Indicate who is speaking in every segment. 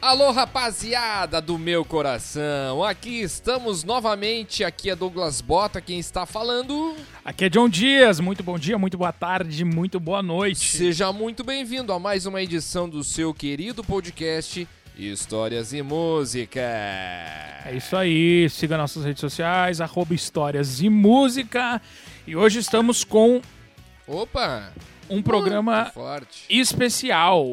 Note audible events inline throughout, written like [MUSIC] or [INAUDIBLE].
Speaker 1: Alô, rapaziada do meu coração. Aqui estamos novamente. Aqui é Douglas Bota, quem está falando.
Speaker 2: Aqui é John Dias, muito bom dia, muito boa tarde, muito boa noite.
Speaker 1: Seja muito bem-vindo a mais uma edição do seu querido podcast Histórias e Música.
Speaker 2: É isso aí, siga nossas redes sociais, arroba histórias e música. E hoje estamos com
Speaker 1: Opa!
Speaker 2: um programa
Speaker 1: Muito forte.
Speaker 2: especial.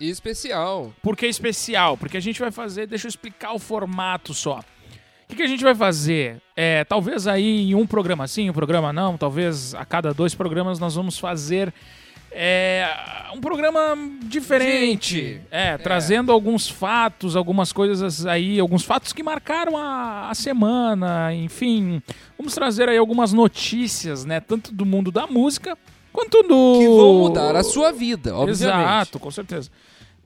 Speaker 1: E especial.
Speaker 2: Por que especial? Porque a gente vai fazer, deixa eu explicar o formato só. O que, que a gente vai fazer? É, talvez aí em um programa sim, um programa não, talvez a cada dois programas nós vamos fazer é, um programa diferente.
Speaker 1: Gente,
Speaker 2: É, trazendo alguns fatos, algumas coisas aí, alguns fatos que marcaram a, a semana, enfim. Vamos trazer aí algumas notícias, né? Tanto do mundo da música quanto do.
Speaker 1: Que vão mudar a sua vida, obviamente.
Speaker 2: Exato, com certeza.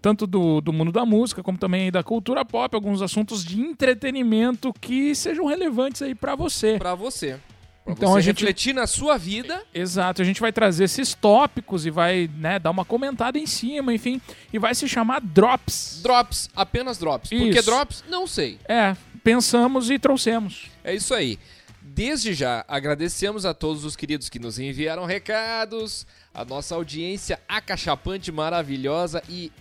Speaker 2: Tanto do, do mundo da música, como também da cultura pop, alguns assuntos de entretenimento que sejam relevantes aí pra você.
Speaker 1: Pra você. Pra
Speaker 2: Então
Speaker 1: você
Speaker 2: a gente-
Speaker 1: refletir na sua vida.
Speaker 2: Exato, a gente vai trazer esses tópicos e vai, né, dar uma comentada em cima, enfim, e vai se chamar Drops.
Speaker 1: Drops, apenas drops. Porque
Speaker 2: Isso.
Speaker 1: drops, não sei.
Speaker 2: É, pensamos e trouxemos.
Speaker 1: É isso aí. Desde já, agradecemos a todos os queridos que nos enviaram recados, a nossa audiência acachapante, maravilhosa e...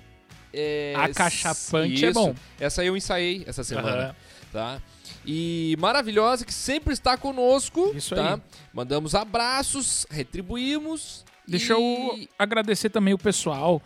Speaker 1: É,
Speaker 2: Acachapante é
Speaker 1: isso.
Speaker 2: bom.
Speaker 1: Essa eu ensaiei essa semana,
Speaker 2: Aham.
Speaker 1: tá? E maravilhosa, que sempre está conosco,
Speaker 2: Isso
Speaker 1: tá?
Speaker 2: aí.
Speaker 1: Mandamos abraços, retribuímos.
Speaker 2: Deixa
Speaker 1: e...
Speaker 2: eu agradecer também o pessoal.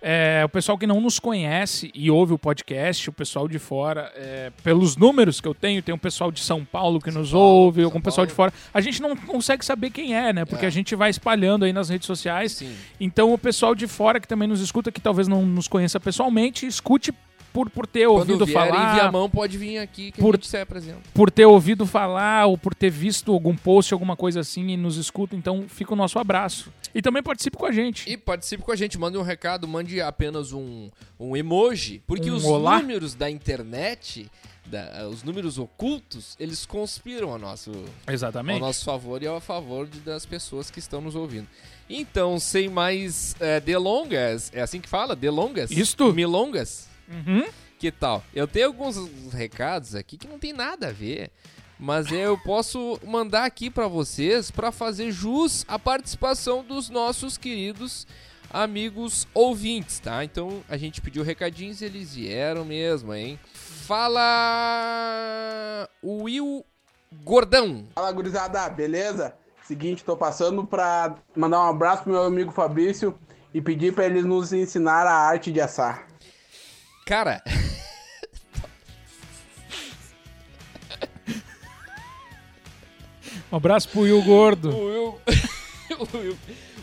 Speaker 2: é, o pessoal que não nos conhece e ouve o podcast, o pessoal de fora, é, pelos números que eu tenho, tem um pessoal de São Paulo que nos ouve,
Speaker 1: São
Speaker 2: algum pessoal de
Speaker 1: Paulo.
Speaker 2: fora. A gente não consegue saber quem é, né? Porque
Speaker 1: É.
Speaker 2: a gente vai espalhando aí nas redes sociais.
Speaker 1: Sim.
Speaker 2: Então o pessoal de fora que também nos escuta, que talvez não nos conheça pessoalmente, escute por, por ter
Speaker 1: Quando
Speaker 2: ouvido
Speaker 1: vier
Speaker 2: falar
Speaker 1: em Viamão, pode vir aqui que
Speaker 2: Por-
Speaker 1: a gente se apresenta.
Speaker 2: por ter ouvido falar ou por ter visto algum post, alguma coisa assim e nos escuta. Então fica o nosso abraço. E também participe com a gente.
Speaker 1: E participe com a gente, mande um recado, mande apenas um, um emoji, porque
Speaker 2: Um
Speaker 1: os
Speaker 2: olá.
Speaker 1: números da internet, da- os números ocultos, eles conspiram ao nosso, ao
Speaker 2: Exatamente.
Speaker 1: nosso favor e ao favor de- das pessoas que estão nos ouvindo. Então, sem mais eh, delongas, é assim que fala? Delongas?
Speaker 2: Isto.
Speaker 1: Milongas?
Speaker 2: Uhum.
Speaker 1: Que tal? Eu tenho alguns recados aqui que não tem nada a ver, mas eu posso mandar aqui pra vocês pra fazer jus à participação dos nossos queridos amigos ouvintes, tá? Então a gente pediu recadinhos e eles vieram mesmo, hein? Fala Will Gordão.
Speaker 3: Fala, gurizada, beleza? Seguinte, tô passando pra mandar um abraço pro meu amigo Fabrício e pedir pra ele nos ensinar a arte de assar.
Speaker 1: Cara,
Speaker 2: Um abraço pro Will
Speaker 1: [LAUGHS]
Speaker 2: Gordo.
Speaker 1: o Will. o Will-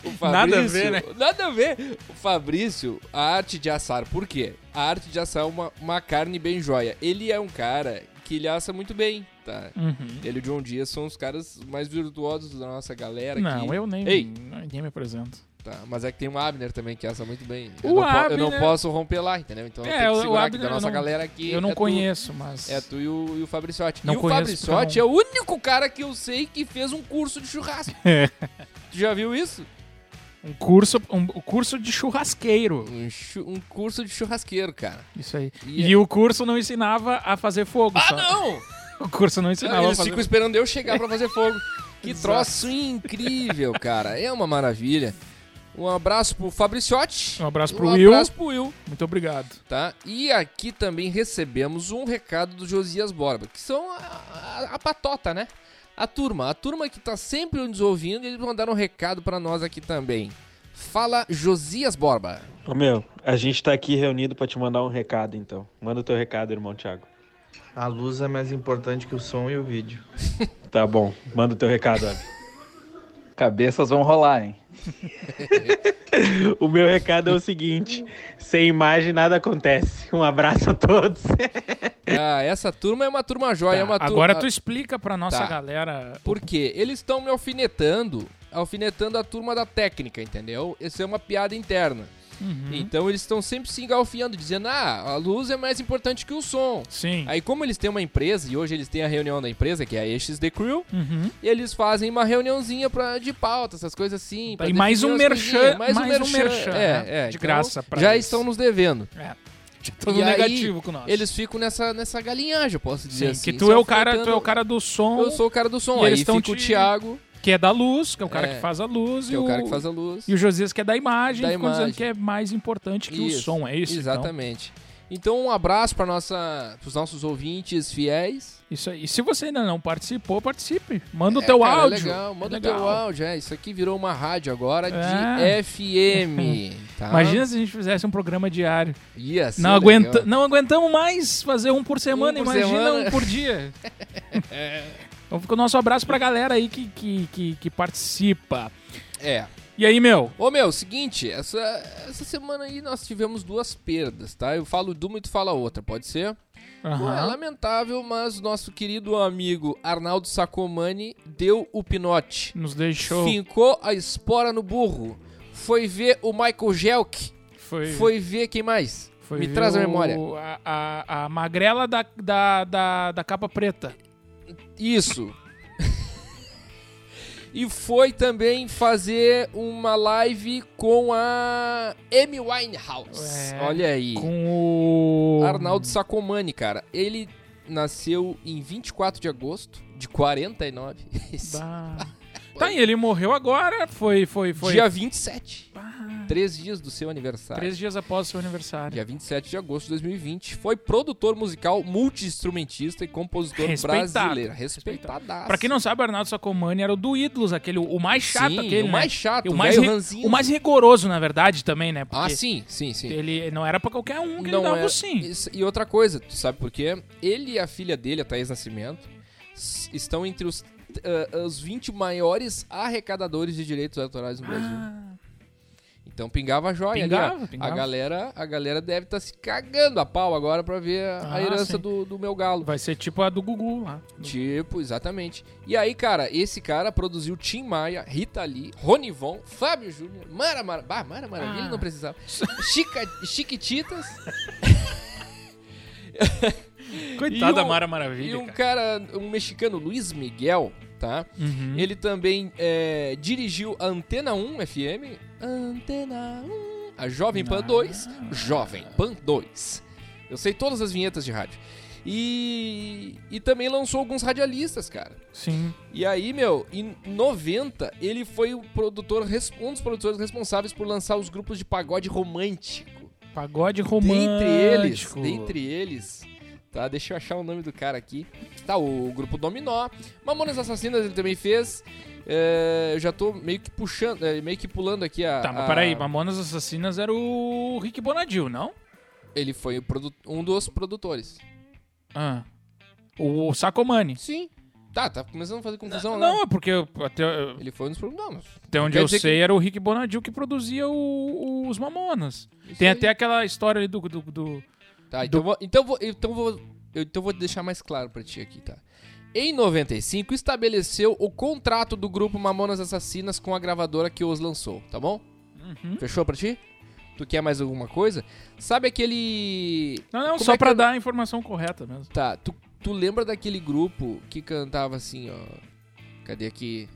Speaker 1: o Fabrício,
Speaker 2: Nada a ver, né?
Speaker 1: Nada a ver. O Fabrício, a arte de assar. Por quê? A arte de assar é uma, uma carne bem joia. Ele é um cara que ele assa muito bem, tá?
Speaker 2: Uhum.
Speaker 1: Ele e o John Dias são os caras mais virtuosos da nossa galera aqui.
Speaker 2: Não, eu nem,
Speaker 1: Ei.
Speaker 2: nem me apresento.
Speaker 1: Tá, mas é que tem o Abner também que assa muito bem. Eu,
Speaker 2: O
Speaker 1: não, po- eu
Speaker 2: Abner-
Speaker 1: não posso romper lá, entendeu? Então eu
Speaker 2: É,
Speaker 1: tenho que
Speaker 2: o- o
Speaker 1: segurar aqui
Speaker 2: Abner
Speaker 1: da
Speaker 2: eu
Speaker 1: nossa
Speaker 2: não-
Speaker 1: galera aqui.
Speaker 2: eu não
Speaker 1: é tu-
Speaker 2: conheço, mas.
Speaker 1: é tu e o, e o Fabriciotti.
Speaker 2: Não
Speaker 1: e o
Speaker 2: conheço,
Speaker 1: Fabriciotti é o único cara que eu sei que fez um curso de churrasco.
Speaker 2: É.
Speaker 1: tu já viu isso?
Speaker 2: Um curso, um, o curso de churrasqueiro.
Speaker 1: Um, chu- um curso de churrasqueiro, cara.
Speaker 2: Isso aí.
Speaker 1: E é-
Speaker 2: E, o curso não ensinava a fazer fogo.
Speaker 1: Ah,
Speaker 2: só.
Speaker 1: não!
Speaker 2: O curso não ensinava
Speaker 1: Ah,
Speaker 2: a
Speaker 1: Eles
Speaker 2: fazer
Speaker 1: ficam esperando eu chegar pra fazer fogo. Que
Speaker 2: Exato.
Speaker 1: troço incrível, cara. É uma maravilha. Um abraço pro Fabriciotti.
Speaker 2: Um abraço pro
Speaker 1: um
Speaker 2: Will.
Speaker 1: abraço pro Will.
Speaker 2: Muito obrigado.
Speaker 1: tá? E aqui também recebemos um recado do Josias Borba, que são a, a- a patota, né? A turma, a turma que tá sempre nos ouvindo, eles mandaram um recado pra nós aqui também. Fala Josias Borba.
Speaker 4: Ô meu, a gente tá aqui reunido pra te mandar um recado, então. Manda o teu recado, irmão Thiago.
Speaker 5: A luz é mais importante que o som e o vídeo.
Speaker 4: Tá bom, manda o teu recado, Abi.
Speaker 6: Cabeças vão rolar, hein?
Speaker 4: [LAUGHS] O meu recado é o seguinte: sem imagem nada acontece. Um abraço a todos.
Speaker 1: Ah, essa turma é uma turma joia, é uma
Speaker 2: Tá,
Speaker 1: turma.
Speaker 2: Agora tu explica pra nossa
Speaker 1: Tá.
Speaker 2: galera.
Speaker 1: Por quê? Eles estão me alfinetando, alfinetando a turma da técnica, entendeu? Isso é uma piada interna.
Speaker 2: Uhum.
Speaker 1: Então eles estão sempre se engalfiando, dizendo: "Ah, a luz é mais importante que o som".
Speaker 2: Sim.
Speaker 1: [LAUGHS] Aí como eles têm uma empresa e hoje eles têm a reunião da empresa, que é a XD Crew,
Speaker 2: Uhum.
Speaker 1: e eles fazem uma reuniãozinha pra, de pauta, essas coisas assim. pra
Speaker 2: E mais
Speaker 1: definir
Speaker 2: um
Speaker 1: umas
Speaker 2: merchan-
Speaker 1: coisinhas,
Speaker 2: mais um merchan,
Speaker 1: é,
Speaker 2: né?
Speaker 1: é,
Speaker 2: De graça pra
Speaker 1: Já
Speaker 2: eles.
Speaker 1: estão nos devendo.
Speaker 2: É. Já tô no
Speaker 1: E aí,
Speaker 2: negativo com nós.
Speaker 1: Eles ficam nessa, nessa galinhagem, eu posso
Speaker 2: Sim,
Speaker 1: dizer assim.
Speaker 2: que tu
Speaker 1: Só
Speaker 2: é, o cara, tu é
Speaker 1: enfrentando-
Speaker 2: o cara do som,
Speaker 1: Eu sou o cara do som.
Speaker 2: E
Speaker 1: aí
Speaker 2: eles
Speaker 1: fica
Speaker 2: tão
Speaker 1: o
Speaker 2: te-
Speaker 1: Thiago,
Speaker 2: que é da luz, que é o cara
Speaker 1: É.
Speaker 2: que faz a luz,
Speaker 1: que
Speaker 2: e
Speaker 1: é o cara que faz a luz.
Speaker 2: e o Josias que é da imagem,
Speaker 1: Da
Speaker 2: ficam dizendo
Speaker 1: imagem.
Speaker 2: que é mais importante que o
Speaker 1: Isso,
Speaker 2: som, é isso? então?
Speaker 1: Exatamente. Então, um abraço para os nossos ouvintes fiéis.
Speaker 2: Isso aí. E se você ainda não participou, participe. Manda o
Speaker 1: É,
Speaker 2: teu
Speaker 1: cara, é
Speaker 2: áudio.
Speaker 1: legal, manda
Speaker 2: É
Speaker 1: o teu
Speaker 2: legal.
Speaker 1: áudio. É, isso aqui virou uma rádio agora
Speaker 2: É.
Speaker 1: de
Speaker 2: [LAUGHS]
Speaker 1: FM. tá?
Speaker 2: Imagina se a gente fizesse um programa diário.
Speaker 1: Ia ser
Speaker 2: Não,
Speaker 1: é legal.
Speaker 2: aguenta, não aguentamos mais fazer um por semana,
Speaker 1: Um por
Speaker 2: imagina
Speaker 1: semana. É.
Speaker 2: um por dia.
Speaker 1: [LAUGHS]
Speaker 2: então fica o nosso abraço pra galera aí que, que, que, que participa.
Speaker 1: É.
Speaker 2: E aí, meu?
Speaker 1: Ô, meu, seguinte, essa, essa semana aí nós tivemos duas perdas, tá? Eu falo de uma e tu fala outra, pode ser? Bom, é
Speaker 2: Aham.
Speaker 1: lamentável, mas nosso querido amigo Arnaldo Sacomani deu o pinote.
Speaker 2: Nos deixou.
Speaker 1: Fincou a espora no burro. Foi ver o Michael Jelk.
Speaker 2: Foi,
Speaker 1: Foi ver quem mais?
Speaker 2: foi
Speaker 1: Me
Speaker 2: ver
Speaker 1: traz a
Speaker 2: o-
Speaker 1: memória.
Speaker 2: A, a, a magrela da, da, da, da capa preta.
Speaker 1: Isso. [LAUGHS] e foi também fazer uma live com a Amy Winehouse.
Speaker 2: É,
Speaker 1: Olha aí.
Speaker 2: Com o.
Speaker 1: Arnaldo Sacomani, cara. Ele nasceu em 24 de agosto de [LAUGHS] 49. Esse
Speaker 2: Bah. Tá, e ele morreu agora. Foi, foi, foi.
Speaker 1: Dia 27.
Speaker 2: Bah.
Speaker 1: Três dias do seu aniversário.
Speaker 2: Três dias após seu aniversário.
Speaker 1: Dia 27 de agosto de 2020. Foi produtor musical, multi-instrumentista e compositor
Speaker 2: Respeitado.
Speaker 1: brasileiro. Respeitadaço.
Speaker 2: Pra quem não sabe, Arnaldo Sacomani era o do Ídolos, aquele, o mais chato
Speaker 1: Sim,
Speaker 2: aquele,
Speaker 1: o
Speaker 2: né?
Speaker 1: mais chato,
Speaker 2: E o mais
Speaker 1: velho
Speaker 2: ri-
Speaker 1: ranzinza.
Speaker 2: O mais rigoroso, na verdade, também, né? Porque
Speaker 1: Ah, sim, sim, sim.
Speaker 2: ele não era pra qualquer um que ele dava
Speaker 1: é-
Speaker 2: o sim.
Speaker 1: isso- E outra coisa, tu sabe por quê? Ele e a filha dele, a Thaís Nascimento, s- estão entre os, ah, os 20 maiores arrecadadores de direitos autorais no Brasil.
Speaker 2: Ah,
Speaker 1: Então pingava a joia ali,
Speaker 2: Pingava,
Speaker 1: ó.
Speaker 2: pingava.
Speaker 1: A galera, a galera deve estar se cagando a pau agora pra ver a- a
Speaker 2: Ah,
Speaker 1: herança
Speaker 2: sim.
Speaker 1: do, do meu galo.
Speaker 2: vai ser tipo a do Gugu lá.
Speaker 1: Tipo, exatamente. E aí, cara, esse cara produziu Tim Maia, Rita Lee, Ronivon, Fábio Júnior, Mara Mara... Bah, Mara Maravilha
Speaker 2: Ah.
Speaker 1: não
Speaker 2: [LAUGHS]
Speaker 1: precisava. Chica, Chiquititas...
Speaker 2: Coitada
Speaker 1: E
Speaker 2: da
Speaker 1: o-
Speaker 2: Mara
Speaker 1: E
Speaker 2: Maravilha,
Speaker 1: um
Speaker 2: cara.
Speaker 1: cara, um mexicano, Luiz Miguel, tá?
Speaker 2: Uhum.
Speaker 1: Ele também é, dirigiu a Antena 1 FM, Antena 1, a Jovem Pan
Speaker 2: Ah.
Speaker 1: 2, Jovem Pan 2. Eu sei todas as vinhetas de rádio. E, e também lançou alguns radialistas, cara.
Speaker 2: Sim.
Speaker 1: E aí, meu, em 90, ele foi o produtor, res- um dos produtores responsáveis por lançar os grupos de pagode romântico.
Speaker 2: Pagode romântico.
Speaker 1: Dentre eles, dentre eles, tá? Deixa eu achar o nome do cara aqui. Tá, o grupo Dominó. Mamonas Assassinas ele também fez. É, eu já tô meio que puxando, é, meio que pulando aqui a.
Speaker 2: Tá, mas
Speaker 1: a-
Speaker 2: peraí, Mamonas Assassinas era o Rick Bonadil, não?
Speaker 1: Ele foi o produ- um dos produtores.
Speaker 2: Ah. O Sacomani.
Speaker 1: Sim. Tá, tá começando a fazer confusão, né?
Speaker 2: Não, é porque eu- até,
Speaker 1: Ele foi um dos produtores.
Speaker 2: até Então, onde
Speaker 1: Quer
Speaker 2: eu
Speaker 1: dizer
Speaker 2: sei
Speaker 1: que-
Speaker 2: era o Rick Bonadil que produzia o- os Mamonas.
Speaker 1: Isso
Speaker 2: Tem
Speaker 1: aí.
Speaker 2: até aquela história ali do. do, do-
Speaker 1: Tá, então, vou, então, vou, então, vou, eu- então vou deixar mais claro pra ti aqui, tá? Em 95, estabeleceu o contrato do grupo Mamonas Assassinas com a gravadora que os lançou, tá bom?
Speaker 2: Uhum.
Speaker 1: Fechou pra ti? Tu quer mais alguma coisa? Sabe aquele.
Speaker 2: Não, não,
Speaker 1: Como
Speaker 2: só
Speaker 1: é que
Speaker 2: pra
Speaker 1: eu-
Speaker 2: dar a informação correta mesmo.
Speaker 1: Tá, tu, tu lembra daquele grupo que cantava assim, ó. Cadê aqui?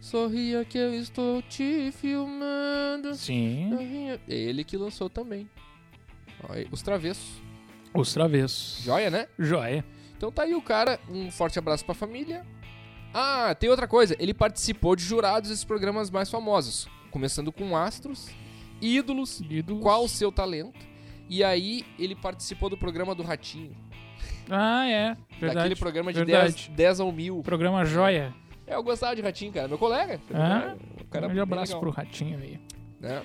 Speaker 1: Sorria que eu estou te filmando.
Speaker 2: Sim.
Speaker 1: Sorria. É ele que lançou também. Ó, e- Os Travessos.
Speaker 2: Os travessos.
Speaker 1: Joia, né?
Speaker 2: Joia.
Speaker 1: Então tá aí o cara. Um forte abraço pra família. Ah, tem outra coisa. Ele participou de jurados desses programas mais famosos. Começando com Astros, Ídolos,
Speaker 2: Ídolos.
Speaker 1: qual o seu talento. E aí ele participou do programa do Ratinho.
Speaker 2: Ah, é. Verdade.
Speaker 1: daquele programa de
Speaker 2: verdade.
Speaker 1: 10, 10 ao mil.
Speaker 2: Programa Joia.
Speaker 1: É, eu gostava de Ratinho, cara. Meu colega. É,
Speaker 2: Ah,
Speaker 1: o cara
Speaker 2: um
Speaker 1: bem
Speaker 2: grande abraço
Speaker 1: legal,
Speaker 2: pro Ratinho aí.
Speaker 1: né?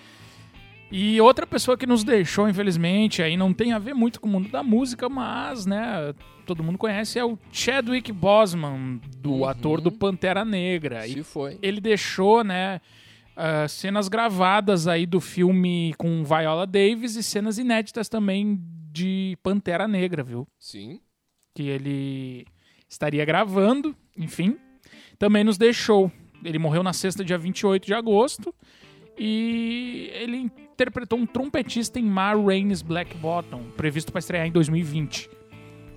Speaker 2: E outra pessoa que nos deixou, infelizmente, aí não tem a ver muito com o mundo da música, mas, né, todo mundo conhece, é o Chadwick Bosman, do
Speaker 1: Uhum.
Speaker 2: ator do Pantera Negra. E
Speaker 1: Se foi.
Speaker 2: ele deixou, né, ah, cenas gravadas aí do filme com Viola Davis e cenas inéditas também de Pantera Negra, viu?
Speaker 1: Sim.
Speaker 2: Que ele estaria gravando, enfim. Também nos deixou. Ele morreu na sexta, dia 28 de agosto. E ele interpretou um trompetista em Ma Rainey's Black Bottom, previsto para estrear em 2020.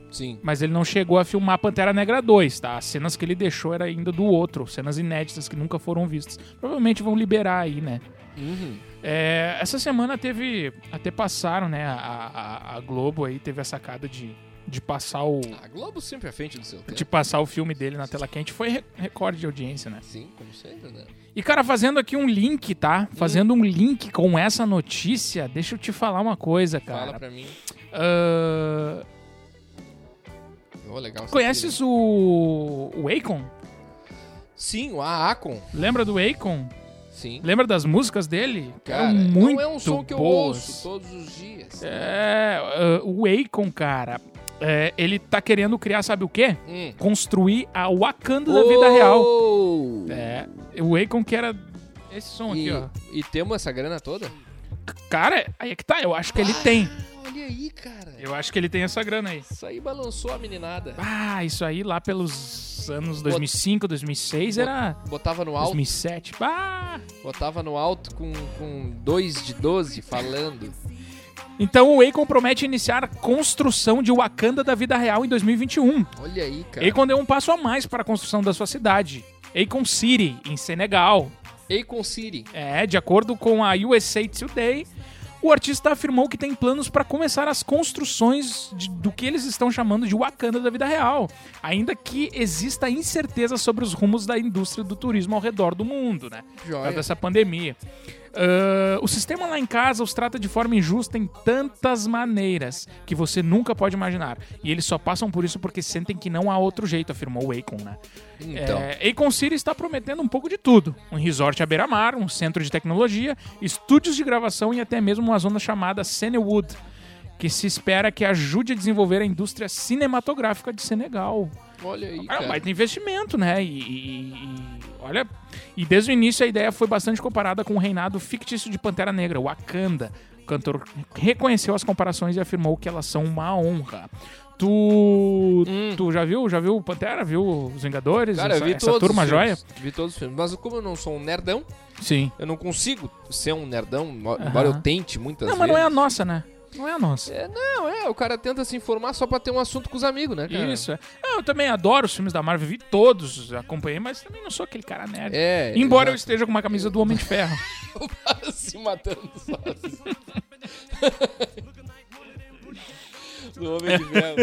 Speaker 1: Sim.
Speaker 2: Mas ele não chegou a filmar Pantera Negra 2, tá? As cenas que ele deixou era ainda do outro, cenas inéditas que nunca foram vistas. Provavelmente vão liberar aí, né?
Speaker 1: Uhum.
Speaker 2: É, essa semana teve. Até passaram, né? A, a- a Globo aí teve a sacada de, de passar o.
Speaker 1: A Globo sempre à frente do seu tempo.
Speaker 2: De passar o filme dele na tela quente foi re- recorde de audiência, né?
Speaker 1: Sim, como sempre, né?
Speaker 2: E, cara, fazendo aqui um link, tá? Fazendo um link com essa notícia, deixa eu te falar uma coisa,
Speaker 1: Fala
Speaker 2: cara. Ah,
Speaker 1: pra mim.
Speaker 2: Ahn,
Speaker 1: Oh, legal. essa trilha.
Speaker 2: conheces o. o Akon?
Speaker 1: Sim, a Acon.
Speaker 2: Lembra do Akon?
Speaker 1: Sim.
Speaker 2: Lembra das músicas dele? Que
Speaker 1: Cara,
Speaker 2: eram muito
Speaker 1: não é um som que eu
Speaker 2: boas.
Speaker 1: ouço todos os dias.
Speaker 2: É, ah, o Akon, cara, é, ele tá querendo criar, sabe o quê?
Speaker 1: Hum.
Speaker 2: Construir a Wakanda da vida real.
Speaker 1: Oh!
Speaker 2: É, o Akon que era esse som
Speaker 1: E,
Speaker 2: aqui, ó.
Speaker 1: e temos essa grana toda?
Speaker 2: Cara, aí é que tá, eu acho que ele tem.
Speaker 1: Ah, olha aí, cara.
Speaker 2: Eu acho que ele tem essa grana aí.
Speaker 1: Isso aí balançou a meninada.
Speaker 2: Ah, isso aí lá pelos anos 2005, 2006 era...
Speaker 1: Botava no alto,
Speaker 2: 2007. Ah!
Speaker 1: botava no alto com, com dois de 12 falando.
Speaker 2: Então o Akon promete iniciar a construção de Wakanda da vida real em 2021.
Speaker 1: Olha aí, cara.
Speaker 2: Akon deu um passo a mais para a construção da sua cidade. Akon City, em Senegal.
Speaker 1: Akon City.
Speaker 2: É, de acordo com a USA Today, o artista afirmou que tem planos para começar as construções de- do que eles estão chamando de Wakanda da vida real, ainda que exista incerteza sobre os rumos da indústria do turismo ao redor do mundo, né? Por causa
Speaker 1: Joia.
Speaker 2: dessa pandemia. Ah, o sistema lá em casa os trata de forma injusta em tantas maneiras que você nunca pode imaginar. E eles só passam por isso porque sentem que não há outro jeito, afirmou o Akon, né?
Speaker 1: Então.
Speaker 2: É, Akon City está prometendo um pouco de tudo: um resort à beira-mar, um centro de tecnologia, estúdios de gravação e até mesmo uma zona chamada Senewood, que se espera que ajude a desenvolver a indústria cinematográfica de Senegal.
Speaker 1: Olha aí,
Speaker 2: É um
Speaker 1: cara.
Speaker 2: baita investimento, né? E, e- e- olha, e desde o início a ideia foi bastante comparada com o reinado fictício de Pantera Negra, Wakanda. O cantor reconheceu as comparações e afirmou que elas são uma honra. Tu,
Speaker 1: Hum.
Speaker 2: tu já viu, já viu o Pantera, viu os Vingadores,
Speaker 1: Cara, eu
Speaker 2: essa,
Speaker 1: vi
Speaker 2: essa
Speaker 1: todos
Speaker 2: turma
Speaker 1: os
Speaker 2: joia?
Speaker 1: filmes, Vi todos os filmes. Mas como eu não sou um nerdão,
Speaker 2: Sim.
Speaker 1: eu não consigo ser um nerdão, embora
Speaker 2: Aham.
Speaker 1: eu tente muitas
Speaker 2: Não,
Speaker 1: vezes.
Speaker 2: mas não é a nossa, né? Não é a nossa.
Speaker 1: É, não, é, o cara tenta se informar só pra ter um assunto com os amigos, né, cara?
Speaker 2: Isso, é. Não, Eu também adoro os filmes da Marvel, vi todos, acompanhei, mas também não sou aquele cara nerd.
Speaker 1: É.
Speaker 2: Embora eu
Speaker 1: exato.
Speaker 2: esteja com uma camisa do Homem de Ferro. [LAUGHS]
Speaker 1: se matando sozinho. [LAUGHS] Do Homem de Ferro.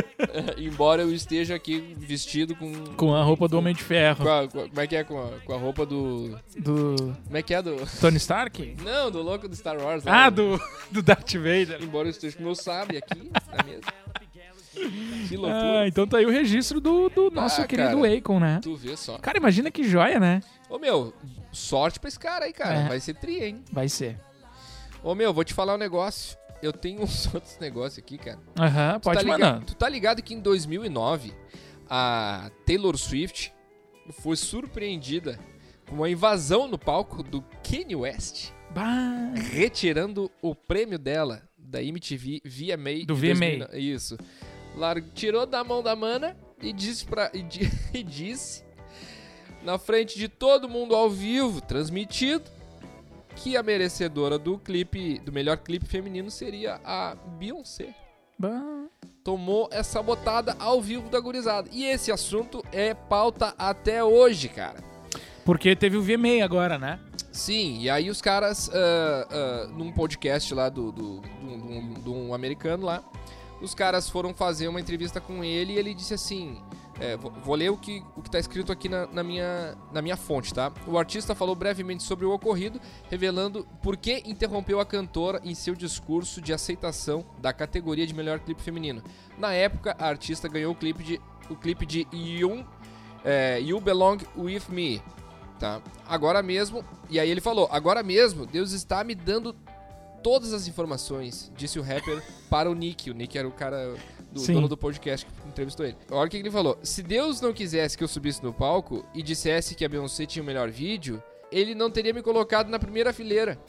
Speaker 1: [LAUGHS] Embora eu esteja aqui vestido com.
Speaker 2: com a roupa do Homem de
Speaker 1: com
Speaker 2: Ferro.
Speaker 1: a- com a- como é que é? Com a, com a roupa do.
Speaker 2: Do...
Speaker 1: Como é que é do. [LAUGHS]
Speaker 2: Tony Stark?
Speaker 1: Não, do louco do Star Wars. lá,
Speaker 2: Ah,
Speaker 1: né?
Speaker 2: do, do Darth Vader.
Speaker 1: Embora eu esteja com o meu sábio aqui na mesa. Que loucura.
Speaker 2: Ah, então tá aí o registro do, do nosso
Speaker 1: Ah,
Speaker 2: querido
Speaker 1: cara.
Speaker 2: Akon, né?
Speaker 1: Tu vê só.
Speaker 2: Cara, imagina que joia, né?
Speaker 1: Ô meu, sorte pra esse cara aí, cara.
Speaker 2: É.
Speaker 1: Vai ser tri, hein?
Speaker 2: Vai ser.
Speaker 1: Ô meu, vou te falar um negócio. Eu tenho [LAUGHS] uns outros negócios aqui, cara.
Speaker 2: Aham,
Speaker 1: Tu tá
Speaker 2: pode
Speaker 1: liga-
Speaker 2: mandar.
Speaker 1: Tu tá ligado que em 2009 a Taylor Swift foi surpreendida com uma invasão no palco do Kanye West,
Speaker 2: Bah.
Speaker 1: retirando o prêmio dela da MTV VMA.
Speaker 2: Do
Speaker 1: de
Speaker 2: VMA.
Speaker 1: 2009. Isso. Lar- Tirou da mão da mana e disse pra. E, di- [LAUGHS] e disse na frente de todo mundo ao vivo, transmitido, que a merecedora do clipe, do melhor clipe feminino seria a Beyoncé
Speaker 2: bah.
Speaker 1: tomou essa botada ao vivo da gurizada. E esse assunto é pauta até hoje, cara.
Speaker 2: Porque teve o VMA agora, né?
Speaker 1: Sim, e aí os caras, ah, ah, num podcast lá do, do, do- do- do um americano lá, os caras foram fazer uma entrevista com ele e ele disse assim: é, vou, vou ler o que, o que tá escrito aqui na, na minha, na minha fonte, tá? O artista falou brevemente sobre o ocorrido, revelando por que interrompeu a cantora em seu discurso de aceitação da categoria de melhor clipe feminino. Na época, a artista ganhou o clipe de, o clipe de You, é, you Belong With Me, tá? Agora mesmo, e aí ele falou, agora mesmo, Deus está me dando todas as informações, disse o rapper para o Nick. O Nick era o cara do
Speaker 2: Sim.
Speaker 1: dono do podcast que entrevistou ele. Olha o que ele falou. Se Deus não quisesse que eu subisse no palco e dissesse que a Beyoncé tinha o melhor vídeo, ele não teria me colocado na primeira fileira.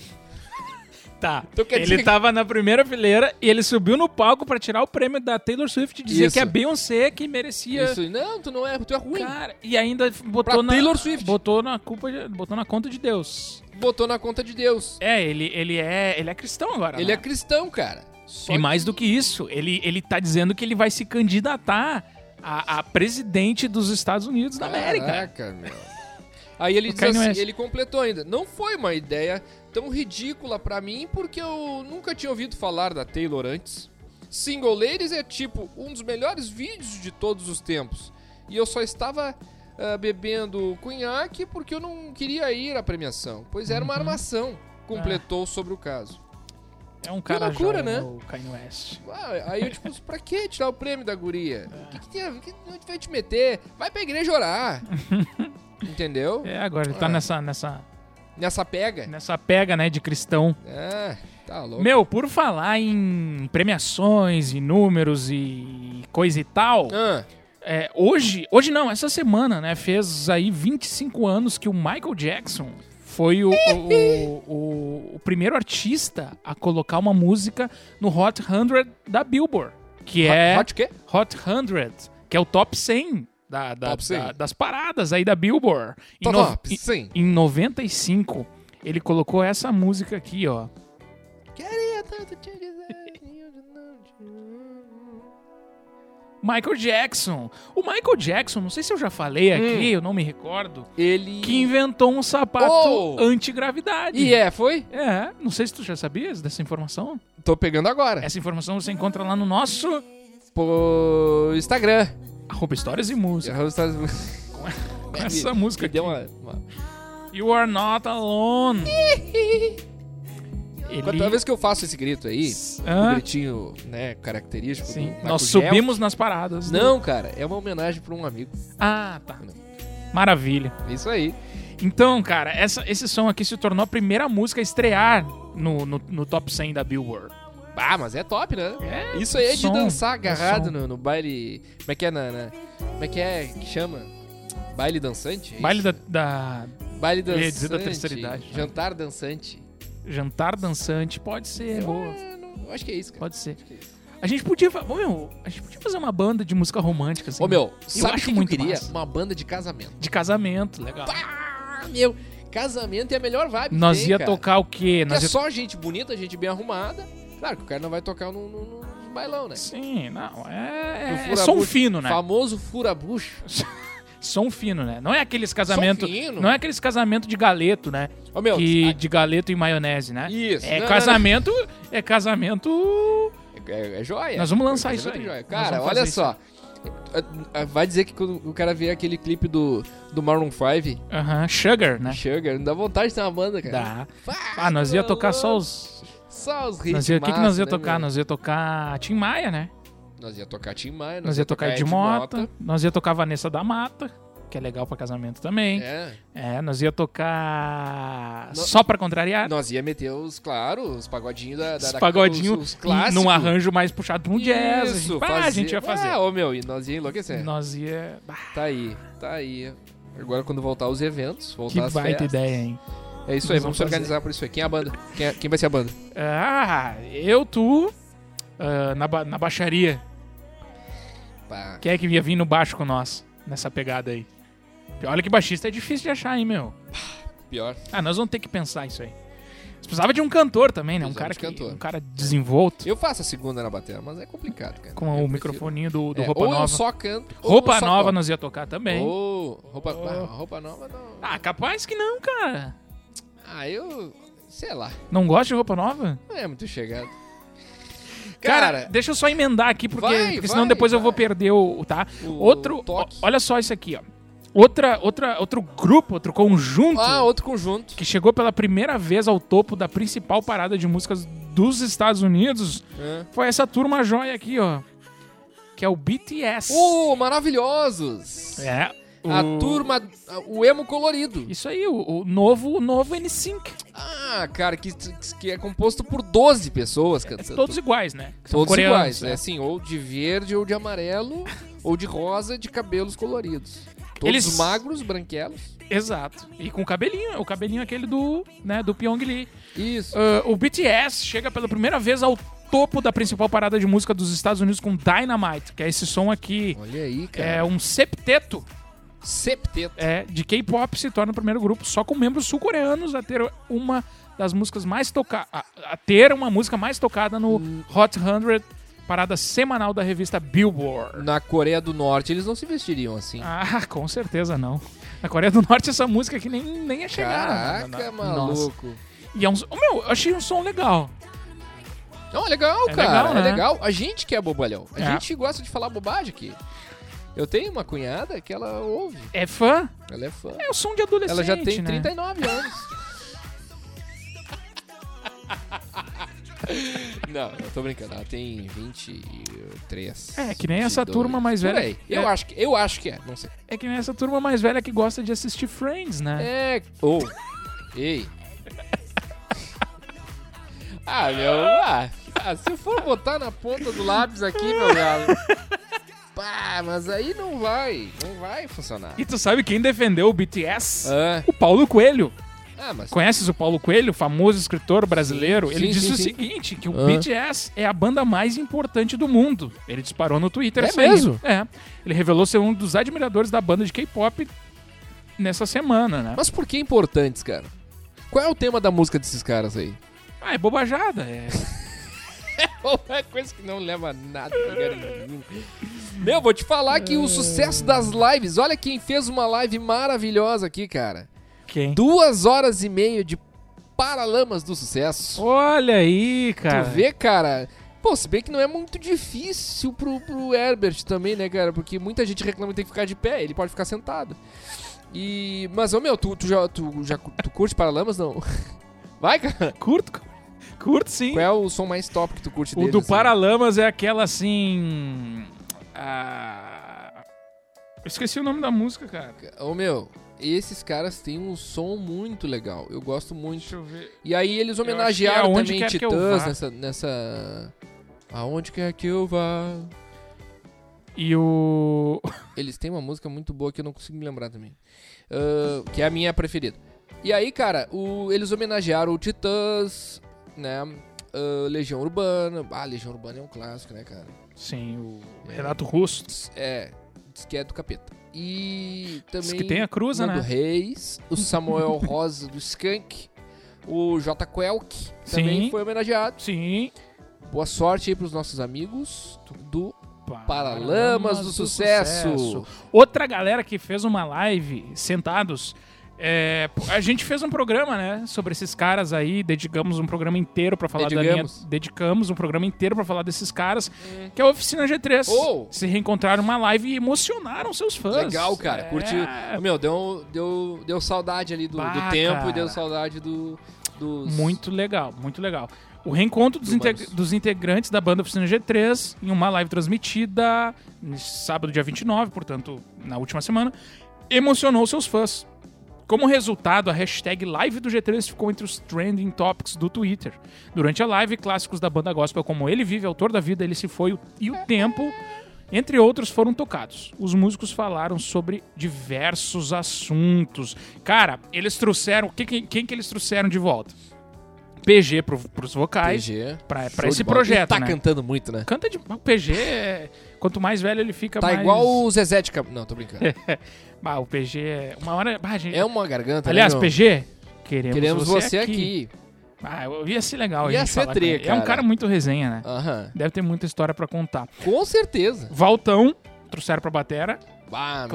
Speaker 2: Tá.
Speaker 1: Então quer
Speaker 2: ele
Speaker 1: dizer que-
Speaker 2: tava na primeira fileira e ele subiu no palco pra tirar o prêmio da Taylor Swift e dizer
Speaker 1: Isso.
Speaker 2: que a Beyoncé que merecia.
Speaker 1: Isso, não, tu não é, tu é ruim.
Speaker 2: Cara, e ainda botou
Speaker 1: Pra
Speaker 2: na
Speaker 1: Taylor Swift.
Speaker 2: botou na culpa, de- botou na conta de Deus.
Speaker 1: Botou na conta de Deus.
Speaker 2: É, ele, ele é, ele é cristão agora.
Speaker 1: Ele
Speaker 2: né?
Speaker 1: é cristão, cara. Só
Speaker 2: E mais do que isso, ele, ele tá dizendo que ele vai se candidatar a, a presidente dos Estados Unidos da América.
Speaker 1: Caraca, meu. Aí ele
Speaker 2: O
Speaker 1: diz
Speaker 2: Kanye
Speaker 1: assim,
Speaker 2: West.
Speaker 1: ele completou ainda. Não foi uma ideia tão ridícula pra mim porque eu nunca tinha ouvido falar da Taylor antes. Single Ladies é tipo um dos melhores vídeos de todos os tempos. E eu só estava ah, bebendo cunhaque porque eu não queria ir à premiação, pois era uma armação, completou sobre o caso.
Speaker 2: É um cara
Speaker 1: loucura,
Speaker 2: já,
Speaker 1: né?
Speaker 2: O Kanye West.
Speaker 1: Ah, Aí eu tipo, pra que tirar o prêmio da guria? O que, que tem a ver? O que que vai te meter? Vai pra igreja orar. Entendeu?
Speaker 2: É, agora ele tá
Speaker 1: É.
Speaker 2: nessa, nessa,
Speaker 1: Nessa pega.
Speaker 2: nessa pega, né, de cristão.
Speaker 1: É, tá louco.
Speaker 2: Meu, por falar em premiações e números e coisa e tal,
Speaker 1: Ah,
Speaker 2: é, hoje, hoje não, essa semana, né, fez aí 25 anos que o Michael Jackson foi o, o, o- o primeiro artista a colocar uma música no Hot 100 da Billboard, que é
Speaker 1: Hot quê?
Speaker 2: Hot 100, que é o top 100, da, da-
Speaker 1: Top 100.
Speaker 2: da- das paradas aí da Billboard. Em
Speaker 1: Top,
Speaker 2: no-
Speaker 1: top, sim.
Speaker 2: em 95, ele colocou essa música aqui, ó. é
Speaker 1: Queria tanto te dizer, eu não te amo.
Speaker 2: Michael Jackson. O Michael Jackson, não sei se eu já falei
Speaker 1: Hum.
Speaker 2: aqui, eu não me recordo,
Speaker 1: Ele.
Speaker 2: que inventou um sapato
Speaker 1: Oh!
Speaker 2: antigravidade.
Speaker 1: E é, foi?
Speaker 2: É, não sei se tu já sabias dessa informação.
Speaker 1: Tô pegando agora.
Speaker 2: Essa informação você encontra lá no nosso
Speaker 1: Pô, Instagram.
Speaker 2: arroba histórias e música.
Speaker 1: [LAUGHS]
Speaker 2: Com essa música
Speaker 1: Que
Speaker 2: aqui.
Speaker 1: É, deu uma. uma-
Speaker 2: You are
Speaker 1: [LAUGHS]
Speaker 2: not alone. Ele-
Speaker 1: Toda vez que eu faço esse grito aí,
Speaker 2: Ah.
Speaker 1: um gritinho, né, característico. do
Speaker 2: Sim,
Speaker 1: Michael
Speaker 2: nós
Speaker 1: Jackson.
Speaker 2: subimos nas paradas. do-
Speaker 1: Não, cara, é uma homenagem pra um amigo.
Speaker 2: Ah, tá. Maravilha.
Speaker 1: É Isso aí.
Speaker 2: Então, cara, essa- esse som aqui se tornou a primeira música a estrear no, no, no top 100 da Billboard.
Speaker 1: Ah, mas é top, né?
Speaker 2: É,
Speaker 1: Isso aí é
Speaker 2: som,
Speaker 1: de dançar
Speaker 2: é som.
Speaker 1: agarrado no, no baile. Como é que é, na, na- Como é que é que chama? Baile dançante? é
Speaker 2: baile
Speaker 1: isso?
Speaker 2: da, da-
Speaker 1: Baile
Speaker 2: Eu
Speaker 1: dançante.
Speaker 2: ia dizer da terceira idade, né?
Speaker 1: Jantar dançante.
Speaker 2: jantar dançante pode ser, boa,
Speaker 1: É, não- eu acho que é isso, cara.
Speaker 2: pode ser. A gente podia, fa- ô, meu, a gente podia fazer uma banda de música romântica assim.
Speaker 1: Ô meu,
Speaker 2: acho
Speaker 1: sabe o que, que eu
Speaker 2: muito
Speaker 1: queria?
Speaker 2: massa.
Speaker 1: Uma banda de casamento.
Speaker 2: de casamento, legal.
Speaker 1: Ah, meu, casamento é a melhor vibe. que
Speaker 2: Nós
Speaker 1: tem,
Speaker 2: ia
Speaker 1: cara.
Speaker 2: tocar o quê?
Speaker 1: Porque
Speaker 2: Nós
Speaker 1: é
Speaker 2: ia...
Speaker 1: só gente bonita, gente bem arrumada. Claro que o cara não vai tocar num, num, num bailão, né?
Speaker 2: Sim, não, é, é,
Speaker 1: No
Speaker 2: é som
Speaker 1: furabucho.
Speaker 2: fino, né?
Speaker 1: Famoso furabucho.
Speaker 2: Som fino, né? Não é aqueles casamento,
Speaker 1: fino.
Speaker 2: não é aqueles casamento de galeto, né?
Speaker 1: Ô meu,
Speaker 2: que
Speaker 1: a-
Speaker 2: de galeto e maionese, né?
Speaker 1: Isso.
Speaker 2: É
Speaker 1: Não, não,
Speaker 2: casamento, é casamento.
Speaker 1: É, é joia.
Speaker 2: Nós vamos lançar
Speaker 1: É
Speaker 2: isso
Speaker 1: casamento
Speaker 2: aí.
Speaker 1: joia.
Speaker 2: Nós
Speaker 1: Cara,
Speaker 2: vamos
Speaker 1: olha
Speaker 2: fazer
Speaker 1: só. É, é, Vai dizer que quando o cara vê aquele clipe do, do Maroon 5,
Speaker 2: Aham, sugar, né?
Speaker 1: Sugar, não dá vontade de ter uma banda, cara.
Speaker 2: Dá. Ah, nós ia tocar só os.
Speaker 1: Só os
Speaker 2: Nós
Speaker 1: hits
Speaker 2: ia... O que, que nós
Speaker 1: massa,
Speaker 2: ia
Speaker 1: né,
Speaker 2: tocar?
Speaker 1: meu?
Speaker 2: Nós ia tocar Tim Maia, né?
Speaker 1: Nós ia tocar Tim Maia,
Speaker 2: Nós ia tocar
Speaker 1: Ed
Speaker 2: Ed Mota. Nós ia tocar Vanessa da Mata, que é legal pra casamento também. É,
Speaker 1: É.
Speaker 2: nós ia tocar.
Speaker 1: No-
Speaker 2: Só pra contrariar.
Speaker 1: Nós ia meter os, claro, os pagodinhos da, da
Speaker 2: Os
Speaker 1: da-
Speaker 2: pagodinho
Speaker 1: os, os clássicos.
Speaker 2: num arranjo mais puxado pra um jazz. a gente-
Speaker 1: Isso,
Speaker 2: Ah, a gente ia fazer.
Speaker 1: Ah, ô meu, e nós ia enlouquecer.
Speaker 2: Nós ia. Bah,
Speaker 1: Tá aí, tá aí. Agora quando voltar os eventos, voltar
Speaker 2: que
Speaker 1: as
Speaker 2: baita
Speaker 1: festas.
Speaker 2: ideia, hein?
Speaker 1: É isso aí,
Speaker 2: Nós vamos
Speaker 1: vamos se organizar por isso aí. Quem é a banda? Quem, é- quem vai ser a banda?
Speaker 2: Ah, eu, tu. ah, na, ba- na baixaria.
Speaker 1: Pá.
Speaker 2: Quem é que ia vir no baixo com nós? Nessa pegada aí. Olha que baixista é difícil de achar, hein, meu?
Speaker 1: Pior.
Speaker 2: Ah, nós vamos ter que pensar isso aí. Mas precisava de um cantor também, né? Um cara,
Speaker 1: Precisamos de
Speaker 2: que,
Speaker 1: cantor.
Speaker 2: um cara desenvolto.
Speaker 1: Eu faço a segunda na bateria, mas é complicado, cara.
Speaker 2: Com
Speaker 1: Eu
Speaker 2: o
Speaker 1: prefiro.
Speaker 2: microfoninho do, do
Speaker 1: É,
Speaker 2: Roupa
Speaker 1: ou
Speaker 2: Nova.
Speaker 1: eu só canto. ou
Speaker 2: Roupa
Speaker 1: eu só
Speaker 2: Nova
Speaker 1: toco.
Speaker 2: nós ia tocar também.
Speaker 1: Ou roupa, ah, roupa nova não.
Speaker 2: Ah, capaz que não, cara.
Speaker 1: Ah, eu. Sei lá.
Speaker 2: Não gosta de Roupa Nova?
Speaker 1: Não é muito chegado.
Speaker 2: Cara, deixa eu só emendar aqui, porque,
Speaker 1: vai,
Speaker 2: porque senão
Speaker 1: vai,
Speaker 2: depois eu
Speaker 1: vai.
Speaker 2: vou perder o, o- tá?
Speaker 1: O
Speaker 2: Outro,
Speaker 1: toque.
Speaker 2: o- olha só isso aqui, ó. Outra, outra, outro grupo, outro conjunto
Speaker 1: Ah, outro conjunto.
Speaker 2: que chegou pela primeira vez ao topo da principal parada de músicas dos Estados Unidos
Speaker 1: Hã?
Speaker 2: foi essa turma joia aqui, ó. Que é o BTS.
Speaker 1: Uh, maravilhosos!
Speaker 2: É.
Speaker 1: A
Speaker 2: o-
Speaker 1: turma. O emo colorido.
Speaker 2: Isso aí, o, o novo, o novo N5.
Speaker 1: Ah, cara, que, que é composto por 12 pessoas cantando.
Speaker 2: Todos iguais, né? São
Speaker 1: Todos
Speaker 2: coreanos,
Speaker 1: iguais,
Speaker 2: né?
Speaker 1: é assim, ou de verde, ou de amarelo, ou de rosa, de cabelos coloridos. Todos
Speaker 2: Eles-
Speaker 1: magros, branquelos.
Speaker 2: Exato. E com o cabelinho, o cabelinho aquele do, né, do Pyong Lee.
Speaker 1: Isso.
Speaker 2: Ah, o BTS chega pela primeira vez ao topo da principal parada de música dos Estados Unidos com Dynamite, que é esse som aqui.
Speaker 1: Olha aí, cara.
Speaker 2: É um septeto
Speaker 1: Septeto.
Speaker 2: é, de K-pop se torna o primeiro grupo só com membros sul-coreanos a ter uma das músicas mais tocadas. A ter uma música mais tocada no
Speaker 1: Hum.
Speaker 2: Hot 100, parada semanal da revista Billboard.
Speaker 1: Na Coreia do Norte eles não se vestiriam assim.
Speaker 2: Ah, [LAUGHS] com certeza é, não. Na Coreia do Norte, essa música aqui nem, nem ia chegar. na- na-
Speaker 1: Caraca,
Speaker 2: na- nossa.
Speaker 1: maluco.
Speaker 2: E é um. som- Meu, eu achei um som legal.
Speaker 1: Não, é legal,
Speaker 2: É
Speaker 1: cara.
Speaker 2: legal, né?
Speaker 1: É legal. A gente que é bobalhão. A
Speaker 2: É.
Speaker 1: gente gosta de falar bobagem aqui. Eu tenho uma cunhada que ela ouve.
Speaker 2: É fã?
Speaker 1: Ela é fã.
Speaker 2: É o som de adolescente.
Speaker 1: Ela já tem
Speaker 2: né?
Speaker 1: 39
Speaker 2: [LAUGHS]
Speaker 1: anos. Não, eu tô brincando. Ela tem 23.
Speaker 2: É, que nem essa
Speaker 1: 22,
Speaker 2: turma mais
Speaker 1: por
Speaker 2: velha.
Speaker 1: aí. Eu,
Speaker 2: É.
Speaker 1: acho que, eu acho que é, não sei.
Speaker 2: É que nem essa turma mais velha que gosta de assistir Friends, né?
Speaker 1: É. Ou. [LAUGHS] Ei. Ah, meu. Ah, ah, se eu for botar na ponta do lápis aqui, meu galo. Pá, mas aí não vai. Não vai funcionar.
Speaker 2: E tu sabe quem defendeu o BTS?
Speaker 1: Ah,
Speaker 2: O Paulo Coelho.
Speaker 1: ah, mas.
Speaker 2: Conheces o Paulo Coelho, famoso escritor brasileiro?
Speaker 1: Sim,
Speaker 2: Ele
Speaker 1: sim,
Speaker 2: disse
Speaker 1: sim,
Speaker 2: o
Speaker 1: sim.
Speaker 2: seguinte, que o
Speaker 1: Ah.
Speaker 2: BTS é a banda mais importante do mundo. Ele disparou no Twitter.
Speaker 1: É
Speaker 2: essa aí.
Speaker 1: mesmo?
Speaker 2: É. Ele revelou ser um dos admiradores da banda de K-pop nessa semana, né?
Speaker 1: Mas por que importantes, cara? Qual é o tema da música desses caras aí?
Speaker 2: Ah, é bobajada. É.
Speaker 1: Uma coisa que não leva é a nada pra lugar nenhum. Meu, vou te falar que o sucesso das lives. Olha quem fez uma live maravilhosa aqui, cara.
Speaker 2: Quem?
Speaker 1: Duas horas e meia de Paralamas do Sucesso.
Speaker 2: Olha aí, cara.
Speaker 1: Tu vê, cara. Pô, se bem que não é muito difícil pro, pro Herbert também, né, cara? Porque muita gente reclama que tem que ficar de pé, ele pode ficar sentado. E. Mas, ô meu, tu, tu já, tu, já cu- tu curte Paralamas, não? [LAUGHS] Vai, cara.
Speaker 2: É Curto, curto sim.
Speaker 1: Qual é o som mais top que tu curte
Speaker 2: O
Speaker 1: deles?
Speaker 2: do
Speaker 1: assim?
Speaker 2: Paralamas é aquela assim. ah, Eu esqueci o nome da música, cara.
Speaker 1: Ô meu, esses caras têm um som muito legal. Eu gosto muito.
Speaker 2: Deixa eu ver.
Speaker 1: E aí eles
Speaker 2: acho que é
Speaker 1: homenagearam
Speaker 2: Aonde
Speaker 1: também
Speaker 2: Quer Que Eu
Speaker 1: Titãs
Speaker 2: Vá.
Speaker 1: nessa, nessa. Aonde quer que eu vá.
Speaker 2: E o.
Speaker 1: Eles têm uma música muito boa que eu não consigo me lembrar também. Ah, que é a minha preferida. E aí, cara, o- eles homenagearam o Titãs, né? ah, Legião Urbana. Ah, Legião Urbana é um clássico, né, cara?
Speaker 2: Sim, o Renato Russo.
Speaker 1: É, diz que é do capeta. E também.
Speaker 2: Diz que tem a cruza,
Speaker 1: Nando
Speaker 2: né?
Speaker 1: Reis, o
Speaker 2: [LAUGHS]
Speaker 1: Samuel Rosa do Skank, o J Quelk também
Speaker 2: Sim.
Speaker 1: foi homenageado.
Speaker 2: Sim.
Speaker 1: Boa sorte aí pros nossos amigos do Paralamas
Speaker 2: Paralamas
Speaker 1: do Sucesso.
Speaker 2: Outra galera que fez uma live sentados. é, pô, a gente fez um programa, né, sobre esses caras aí, dedicamos um programa inteiro pra falar da
Speaker 1: Dedicamos. Hum.
Speaker 2: linha, dedicamos um programa inteiro pra falar desses caras, que é a Oficina G3.
Speaker 1: Oh!
Speaker 2: Se reencontraram numa live e emocionaram seus fãs.
Speaker 1: Legal, cara.
Speaker 2: É,
Speaker 1: Curtiu. Meu, deu, deu, deu saudade ali do, do
Speaker 2: Bah,
Speaker 1: tempo
Speaker 2: cara.
Speaker 1: e deu saudade do. Dos...
Speaker 2: Muito legal, muito legal. O reencontro dos,
Speaker 1: Do
Speaker 2: inte-
Speaker 1: Manos.
Speaker 2: dos integrantes da banda Oficina G3 em uma live transmitida no sábado, dia 29, portanto, na última semana, emocionou seus fãs. Como resultado, a hashtag Live do G3 ficou entre os trending topics do Twitter. Durante a live, clássicos da banda gospel como Ele Vive, Autor da Vida, Ele Se Foi o- e O Tempo, entre outros, foram tocados. Os músicos falaram sobre diversos assuntos. Cara, eles trouxeram... Quem, quem- quem que eles trouxeram de volta? PG pro, pros vocais.
Speaker 1: PG.
Speaker 2: Pra,
Speaker 1: Show de
Speaker 2: pra esse
Speaker 1: bola. Ele
Speaker 2: projeto,
Speaker 1: tá
Speaker 2: né?
Speaker 1: cantando muito, né?
Speaker 2: Canta de... O PG, é- quanto mais velho ele fica,
Speaker 1: Tá
Speaker 2: mais...
Speaker 1: igual o Zezé de Cam... Não, tô
Speaker 2: [LAUGHS]
Speaker 1: brincando. É,
Speaker 2: Bah, o PG é... Uma hora... Bah, gente...
Speaker 1: uma garganta. né,
Speaker 2: Aliás,
Speaker 1: meu?
Speaker 2: PG, queremos,
Speaker 1: Queremos você aqui.
Speaker 2: Ah, eu- ia ser legal. a
Speaker 1: Ia
Speaker 2: gente
Speaker 1: ser
Speaker 2: falar com
Speaker 1: tri,
Speaker 2: ele. É um
Speaker 1: cara.
Speaker 2: cara muito resenha, né?
Speaker 1: Aham.
Speaker 2: Deve ter muita história pra contar.
Speaker 1: Com certeza.
Speaker 2: Valtão, trouxeram pra batera.
Speaker 1: Bah, meu.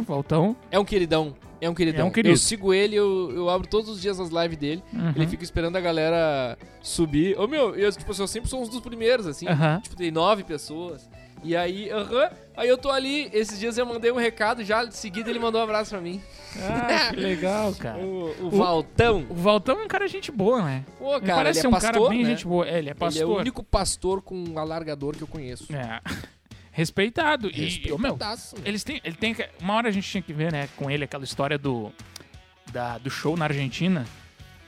Speaker 1: [LAUGHS]
Speaker 2: Valtão.
Speaker 1: É um queridão. É um queridão.
Speaker 2: É um querido.
Speaker 1: Eu sigo ele, eu, eu abro todos os dias as lives dele.
Speaker 2: Uhum.
Speaker 1: Ele fica esperando a galera subir. Ô meu, eu, tipo, assim, eu sempre sou um dos primeiros, assim.
Speaker 2: Aham.
Speaker 1: Tipo, tem nove pessoas. E aí, aham. Aí eu tô ali, esses dias eu mandei um recado, já de seguida ele mandou um abraço pra mim.
Speaker 2: Ah, que legal, cara.
Speaker 1: O, o Valtão.
Speaker 2: O Valtão é um cara gente boa, né?
Speaker 1: Pô,
Speaker 2: Ele
Speaker 1: cara,
Speaker 2: parece
Speaker 1: ele
Speaker 2: ser
Speaker 1: é
Speaker 2: um
Speaker 1: pastor,
Speaker 2: cara bem
Speaker 1: né?
Speaker 2: gente boa. É,
Speaker 1: Ele
Speaker 2: ele é
Speaker 1: é o
Speaker 2: pastor.
Speaker 1: único pastor com um alargador que eu conheço.
Speaker 2: É. [LAUGHS] Respeitado. E, ô, meu,
Speaker 1: Respeitadaço.
Speaker 2: eles têm, ele tem que- uma hora a gente tinha que ver, né, com ele aquela história do da- do show na Argentina,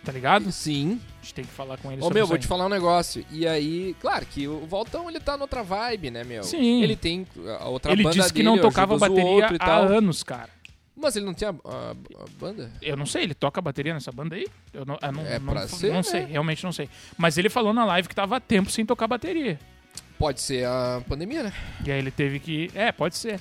Speaker 2: tá ligado?
Speaker 1: Sim.
Speaker 2: A gente tem que falar com ele
Speaker 1: Ô
Speaker 2: sobre
Speaker 1: meu,
Speaker 2: isso
Speaker 1: vou
Speaker 2: aí.
Speaker 1: te falar um negócio. E aí, claro que o Valtão ele tá noutra vibe, né, meu?
Speaker 2: Sim.
Speaker 1: Ele tem ah, a outra
Speaker 2: Ele
Speaker 1: banda
Speaker 2: disse que
Speaker 1: dele,
Speaker 2: não
Speaker 1: ajuda
Speaker 2: tocava
Speaker 1: os
Speaker 2: bateria
Speaker 1: outro e
Speaker 2: há
Speaker 1: tal.
Speaker 2: anos, cara.
Speaker 1: Mas ele não tinha a, a banda?
Speaker 2: Eu não sei, ele toca bateria nessa banda aí? Eu não, eu não,
Speaker 1: É
Speaker 2: não,
Speaker 1: pra
Speaker 2: não
Speaker 1: ser, né?
Speaker 2: sei, realmente não sei. Mas ele falou na live que tava há tempo sem tocar bateria.
Speaker 1: Pode ser a pandemia, né?
Speaker 2: E aí ele teve que. É, pode ser.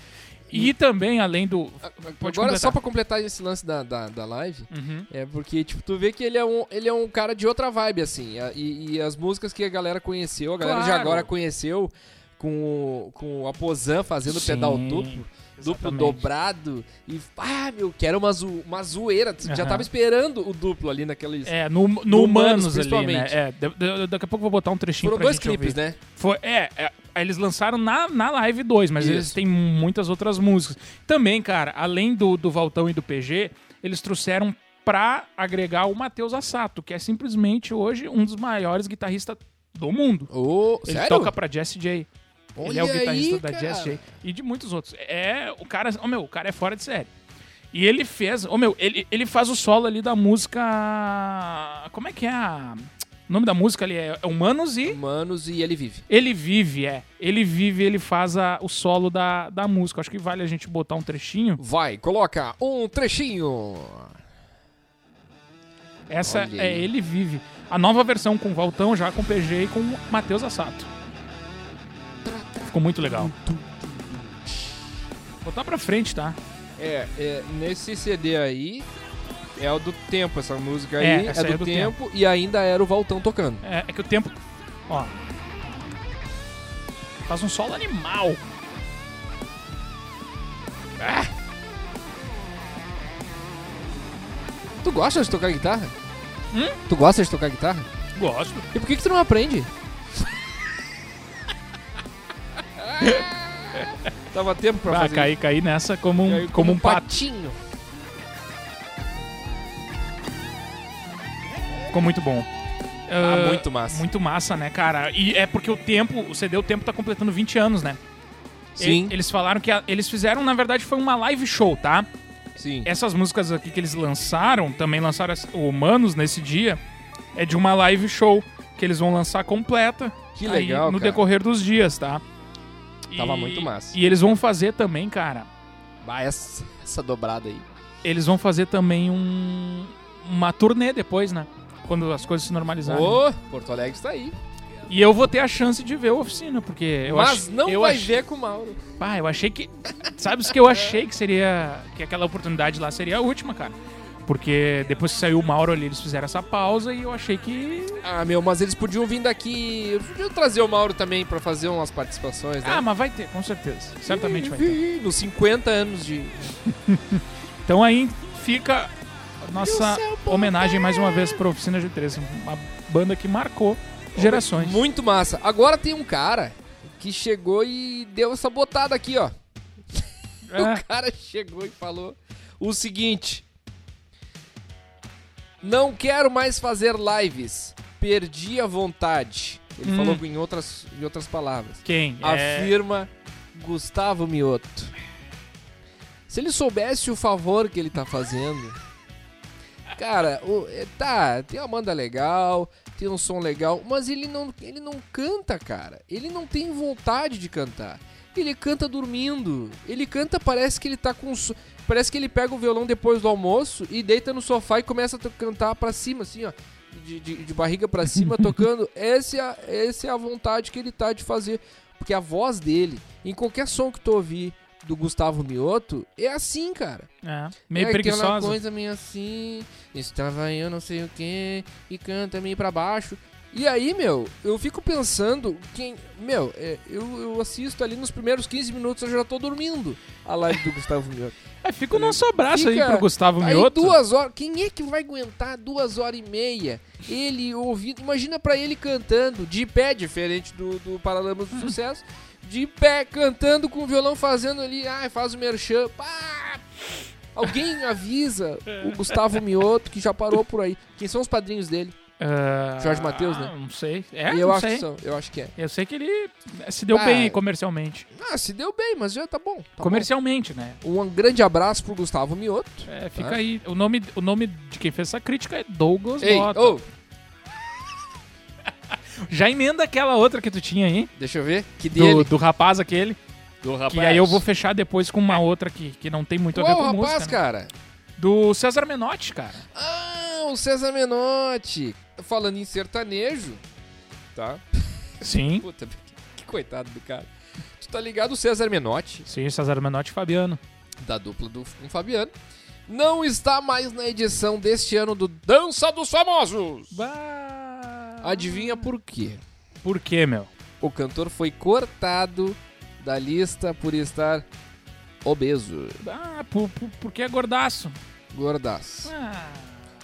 Speaker 2: E também, além do.
Speaker 1: Ah,
Speaker 2: Pode
Speaker 1: Agora,
Speaker 2: completar.
Speaker 1: só pra completar esse lance da, da, da live,
Speaker 2: Uhum.
Speaker 1: é porque, tipo, tu vê que ele é um, ele é um cara de outra vibe, assim. a- E, e as músicas que a galera conheceu, a galera já
Speaker 2: Claro.
Speaker 1: agora conheceu, com o, com o Aposan fazendo
Speaker 2: Sim,
Speaker 1: pedal duplo, duplo
Speaker 2: exatamente.
Speaker 1: dobrado. E, ah, meu, que era uma, zo- uma zoeira. Tu já
Speaker 2: Aham.
Speaker 1: tava esperando o duplo ali naquele.
Speaker 2: É, no, no
Speaker 1: No Humanos,
Speaker 2: Humanos, ali, né?
Speaker 1: principalmente.
Speaker 2: É, da- da- daqui a pouco eu vou botar um trechinho
Speaker 1: Foram
Speaker 2: pra
Speaker 1: dois
Speaker 2: gente ouvir.
Speaker 1: clipes, né?
Speaker 2: Foi, é, é, eles lançaram na, na Live 2, mas eles
Speaker 1: Isso.
Speaker 2: têm muitas outras músicas. Também, cara, além do, do Valtão e do PG, eles trouxeram pra agregar o Matheus Assato, que é simplesmente hoje um dos maiores guitarristas do mundo.
Speaker 1: Ô,
Speaker 2: Ele
Speaker 1: sério?
Speaker 2: toca pra Jesse J. Ele é o
Speaker 1: Olha
Speaker 2: guitarrista
Speaker 1: aí,
Speaker 2: da
Speaker 1: cara.
Speaker 2: Jazz J e de muitos outros. É, o cara, oh meu, o cara é fora de série. E ele fez, oh meu, ele, ele faz o solo ali da música, como é que é a, o nome da música ali é, é Humanos e
Speaker 1: Humanos e ele vive.
Speaker 2: ele vive, é. Ele vive, ele faz a- o solo da, da música. Acho que vale a gente botar um trechinho.
Speaker 1: Vai, coloca um trechinho.
Speaker 2: Essa
Speaker 1: Olha
Speaker 2: é
Speaker 1: aí.
Speaker 2: Ele Vive. A nova versão com o Valtão, já com o PG e com o Matheus Assato. Ficou muito legal. Botar pra frente, tá?
Speaker 1: É, é, nesse CD aí é o do tempo, essa música aí
Speaker 2: É,
Speaker 1: é,
Speaker 2: essa
Speaker 1: do,
Speaker 2: aí é do
Speaker 1: tempo, e ainda era o Valtão tocando.
Speaker 2: É, é que o tempo. Ó. Faz um solo animal.
Speaker 1: Tu gosta de tocar guitarra? Tu gosta de tocar guitarra?
Speaker 2: Gosto.
Speaker 1: E por que, que tu não aprende? [LAUGHS] Tava tempo pra
Speaker 2: Pra
Speaker 1: fazer.
Speaker 2: cair, cair nessa como um,
Speaker 1: isso. Caiu
Speaker 2: como um pato.
Speaker 1: patinho.
Speaker 2: Ficou muito bom.
Speaker 1: Ah,
Speaker 2: Ah,
Speaker 1: muito massa.
Speaker 2: Muito massa, né, cara? E é porque o tempo, o CD O Tempo tá completando 20 anos, né?
Speaker 1: Sim,
Speaker 2: E- Eles falaram que a- eles fizeram, na verdade, foi uma live show, tá?
Speaker 1: sim.
Speaker 2: Essas músicas aqui que eles lançaram, também lançaram as- o Humanos nesse dia, é de uma live show que eles vão lançar completa.
Speaker 1: Que
Speaker 2: aí
Speaker 1: legal,
Speaker 2: No
Speaker 1: cara.
Speaker 2: decorrer dos dias, tá?
Speaker 1: Tava muito massa.
Speaker 2: E eles vão fazer também, cara.
Speaker 1: Vai essa, essa dobrada aí.
Speaker 2: Eles vão fazer também um, uma turnê depois, né? Quando as coisas se normalizarem.
Speaker 1: Ô, Porto Alegre está aí.
Speaker 2: E eu vou ter a chance de ver a oficina, porque eu
Speaker 1: Mas
Speaker 2: ach-
Speaker 1: não
Speaker 2: eu
Speaker 1: vai
Speaker 2: ach-
Speaker 1: ver com o Mauro.
Speaker 2: Pá, eu achei que. Sabe o que eu achei que seria. Que aquela oportunidade lá seria a última, cara. Porque depois que saiu o Mauro ali, eles fizeram essa pausa e eu achei que.
Speaker 1: Ah, meu, mas eles podiam vir daqui. Podiam trazer o Mauro também pra fazer umas participações, né?
Speaker 2: Ah, mas vai ter, com certeza. Certamente vai ter.
Speaker 1: Ih, Nos 50 anos de.
Speaker 2: Então aí fica a nossa homenagem mais uma vez pra Oficina G3, uma banda que marcou gerações.
Speaker 1: Muito massa. Agora tem um cara que chegou e deu essa botada aqui, ó.
Speaker 2: É,
Speaker 1: O cara chegou e falou o seguinte: Não quero mais fazer lives. Perdi a vontade. Ele
Speaker 2: Hum.
Speaker 1: falou em outras, em outras palavras.
Speaker 2: quem? É,
Speaker 1: Afirma Gustavo Mioto. Se ele soubesse o favor que ele tá fazendo. Cara, o- é, tá, tem uma banda legal, tem um som legal, mas ele não, ele não canta, cara. Ele não tem vontade de cantar. Ele canta dormindo. Ele canta, parece que ele tá com. so- Parece que ele pega o violão depois do almoço e deita no sofá e começa a to- cantar pra cima, assim, ó. De, de- de barriga pra cima, tocando. Essa é, a, essa é a vontade que ele tá de fazer. Porque a voz dele, em qualquer som que tu ouvir do Gustavo Mioto, é assim, cara.
Speaker 2: é, meio
Speaker 1: é aquela
Speaker 2: preguiçosa.
Speaker 1: coisa meio assim. Estava eu não sei o que. E canta meio pra baixo. E aí, meu, eu fico pensando. Quem, meu, é, eu, eu assisto ali nos primeiros 15 minutos, eu já tô dormindo a live do Gustavo Mioto.
Speaker 2: É, fica o nosso abraço aí
Speaker 1: Fica-
Speaker 2: pro Gustavo
Speaker 1: Aí
Speaker 2: Mioto.
Speaker 1: duas horas. Quem é que vai aguentar duas horas e meia? Ele ouvindo. Imagina pra ele cantando de pé, diferente do, do Paralamas
Speaker 2: [LAUGHS]
Speaker 1: do Sucesso. De pé, cantando com o violão, fazendo ali. Ai, faz o merchan. Pá! Alguém
Speaker 2: [LAUGHS]
Speaker 1: avisa
Speaker 2: É.
Speaker 1: o Gustavo Mioto que já parou por aí. Quem são os padrinhos dele?
Speaker 2: Ah,
Speaker 1: Jorge Mateus, né?
Speaker 2: Não sei. É,
Speaker 1: eu
Speaker 2: não
Speaker 1: acho
Speaker 2: sei.
Speaker 1: que são. Eu acho que é.
Speaker 2: Eu sei que ele se deu
Speaker 1: Ah,
Speaker 2: bem comercialmente.
Speaker 1: Ah, se deu bem, mas já tá bom. tá
Speaker 2: comercialmente, né?
Speaker 1: bom. Um grande abraço pro Gustavo Mioto.
Speaker 2: É, fica
Speaker 1: Tá.
Speaker 2: aí. O nome, o nome de quem fez essa crítica é Douglas
Speaker 1: Ei,
Speaker 2: Mota.
Speaker 1: ô,
Speaker 2: Já emenda aquela outra que tu tinha aí,
Speaker 1: deixa eu ver. Que dele.
Speaker 2: do, do rapaz aquele.
Speaker 1: do
Speaker 2: Que aí eu vou fechar depois com uma outra que, que não tem muito a ver
Speaker 1: Qual
Speaker 2: com
Speaker 1: rapaz,
Speaker 2: música. né?
Speaker 1: cara?
Speaker 2: Do César Menotti, cara.
Speaker 1: Ah, o César Menotti. Falando em sertanejo, tá?
Speaker 2: Sim.
Speaker 1: Puta, [LAUGHS] que coitado do cara. Tu tá ligado o César Menotti,
Speaker 2: Sim, César Menotti e Fabiano.
Speaker 1: da dupla do com o Fabiano, não está mais na edição deste ano do Ah, Dança dos Famosos. Adivinha por quê?
Speaker 2: Por quê, meu?
Speaker 1: O cantor foi cortado da lista por estar obeso,
Speaker 2: Ah, por, por- porque é gordaço.
Speaker 1: gordaço.
Speaker 2: Ah,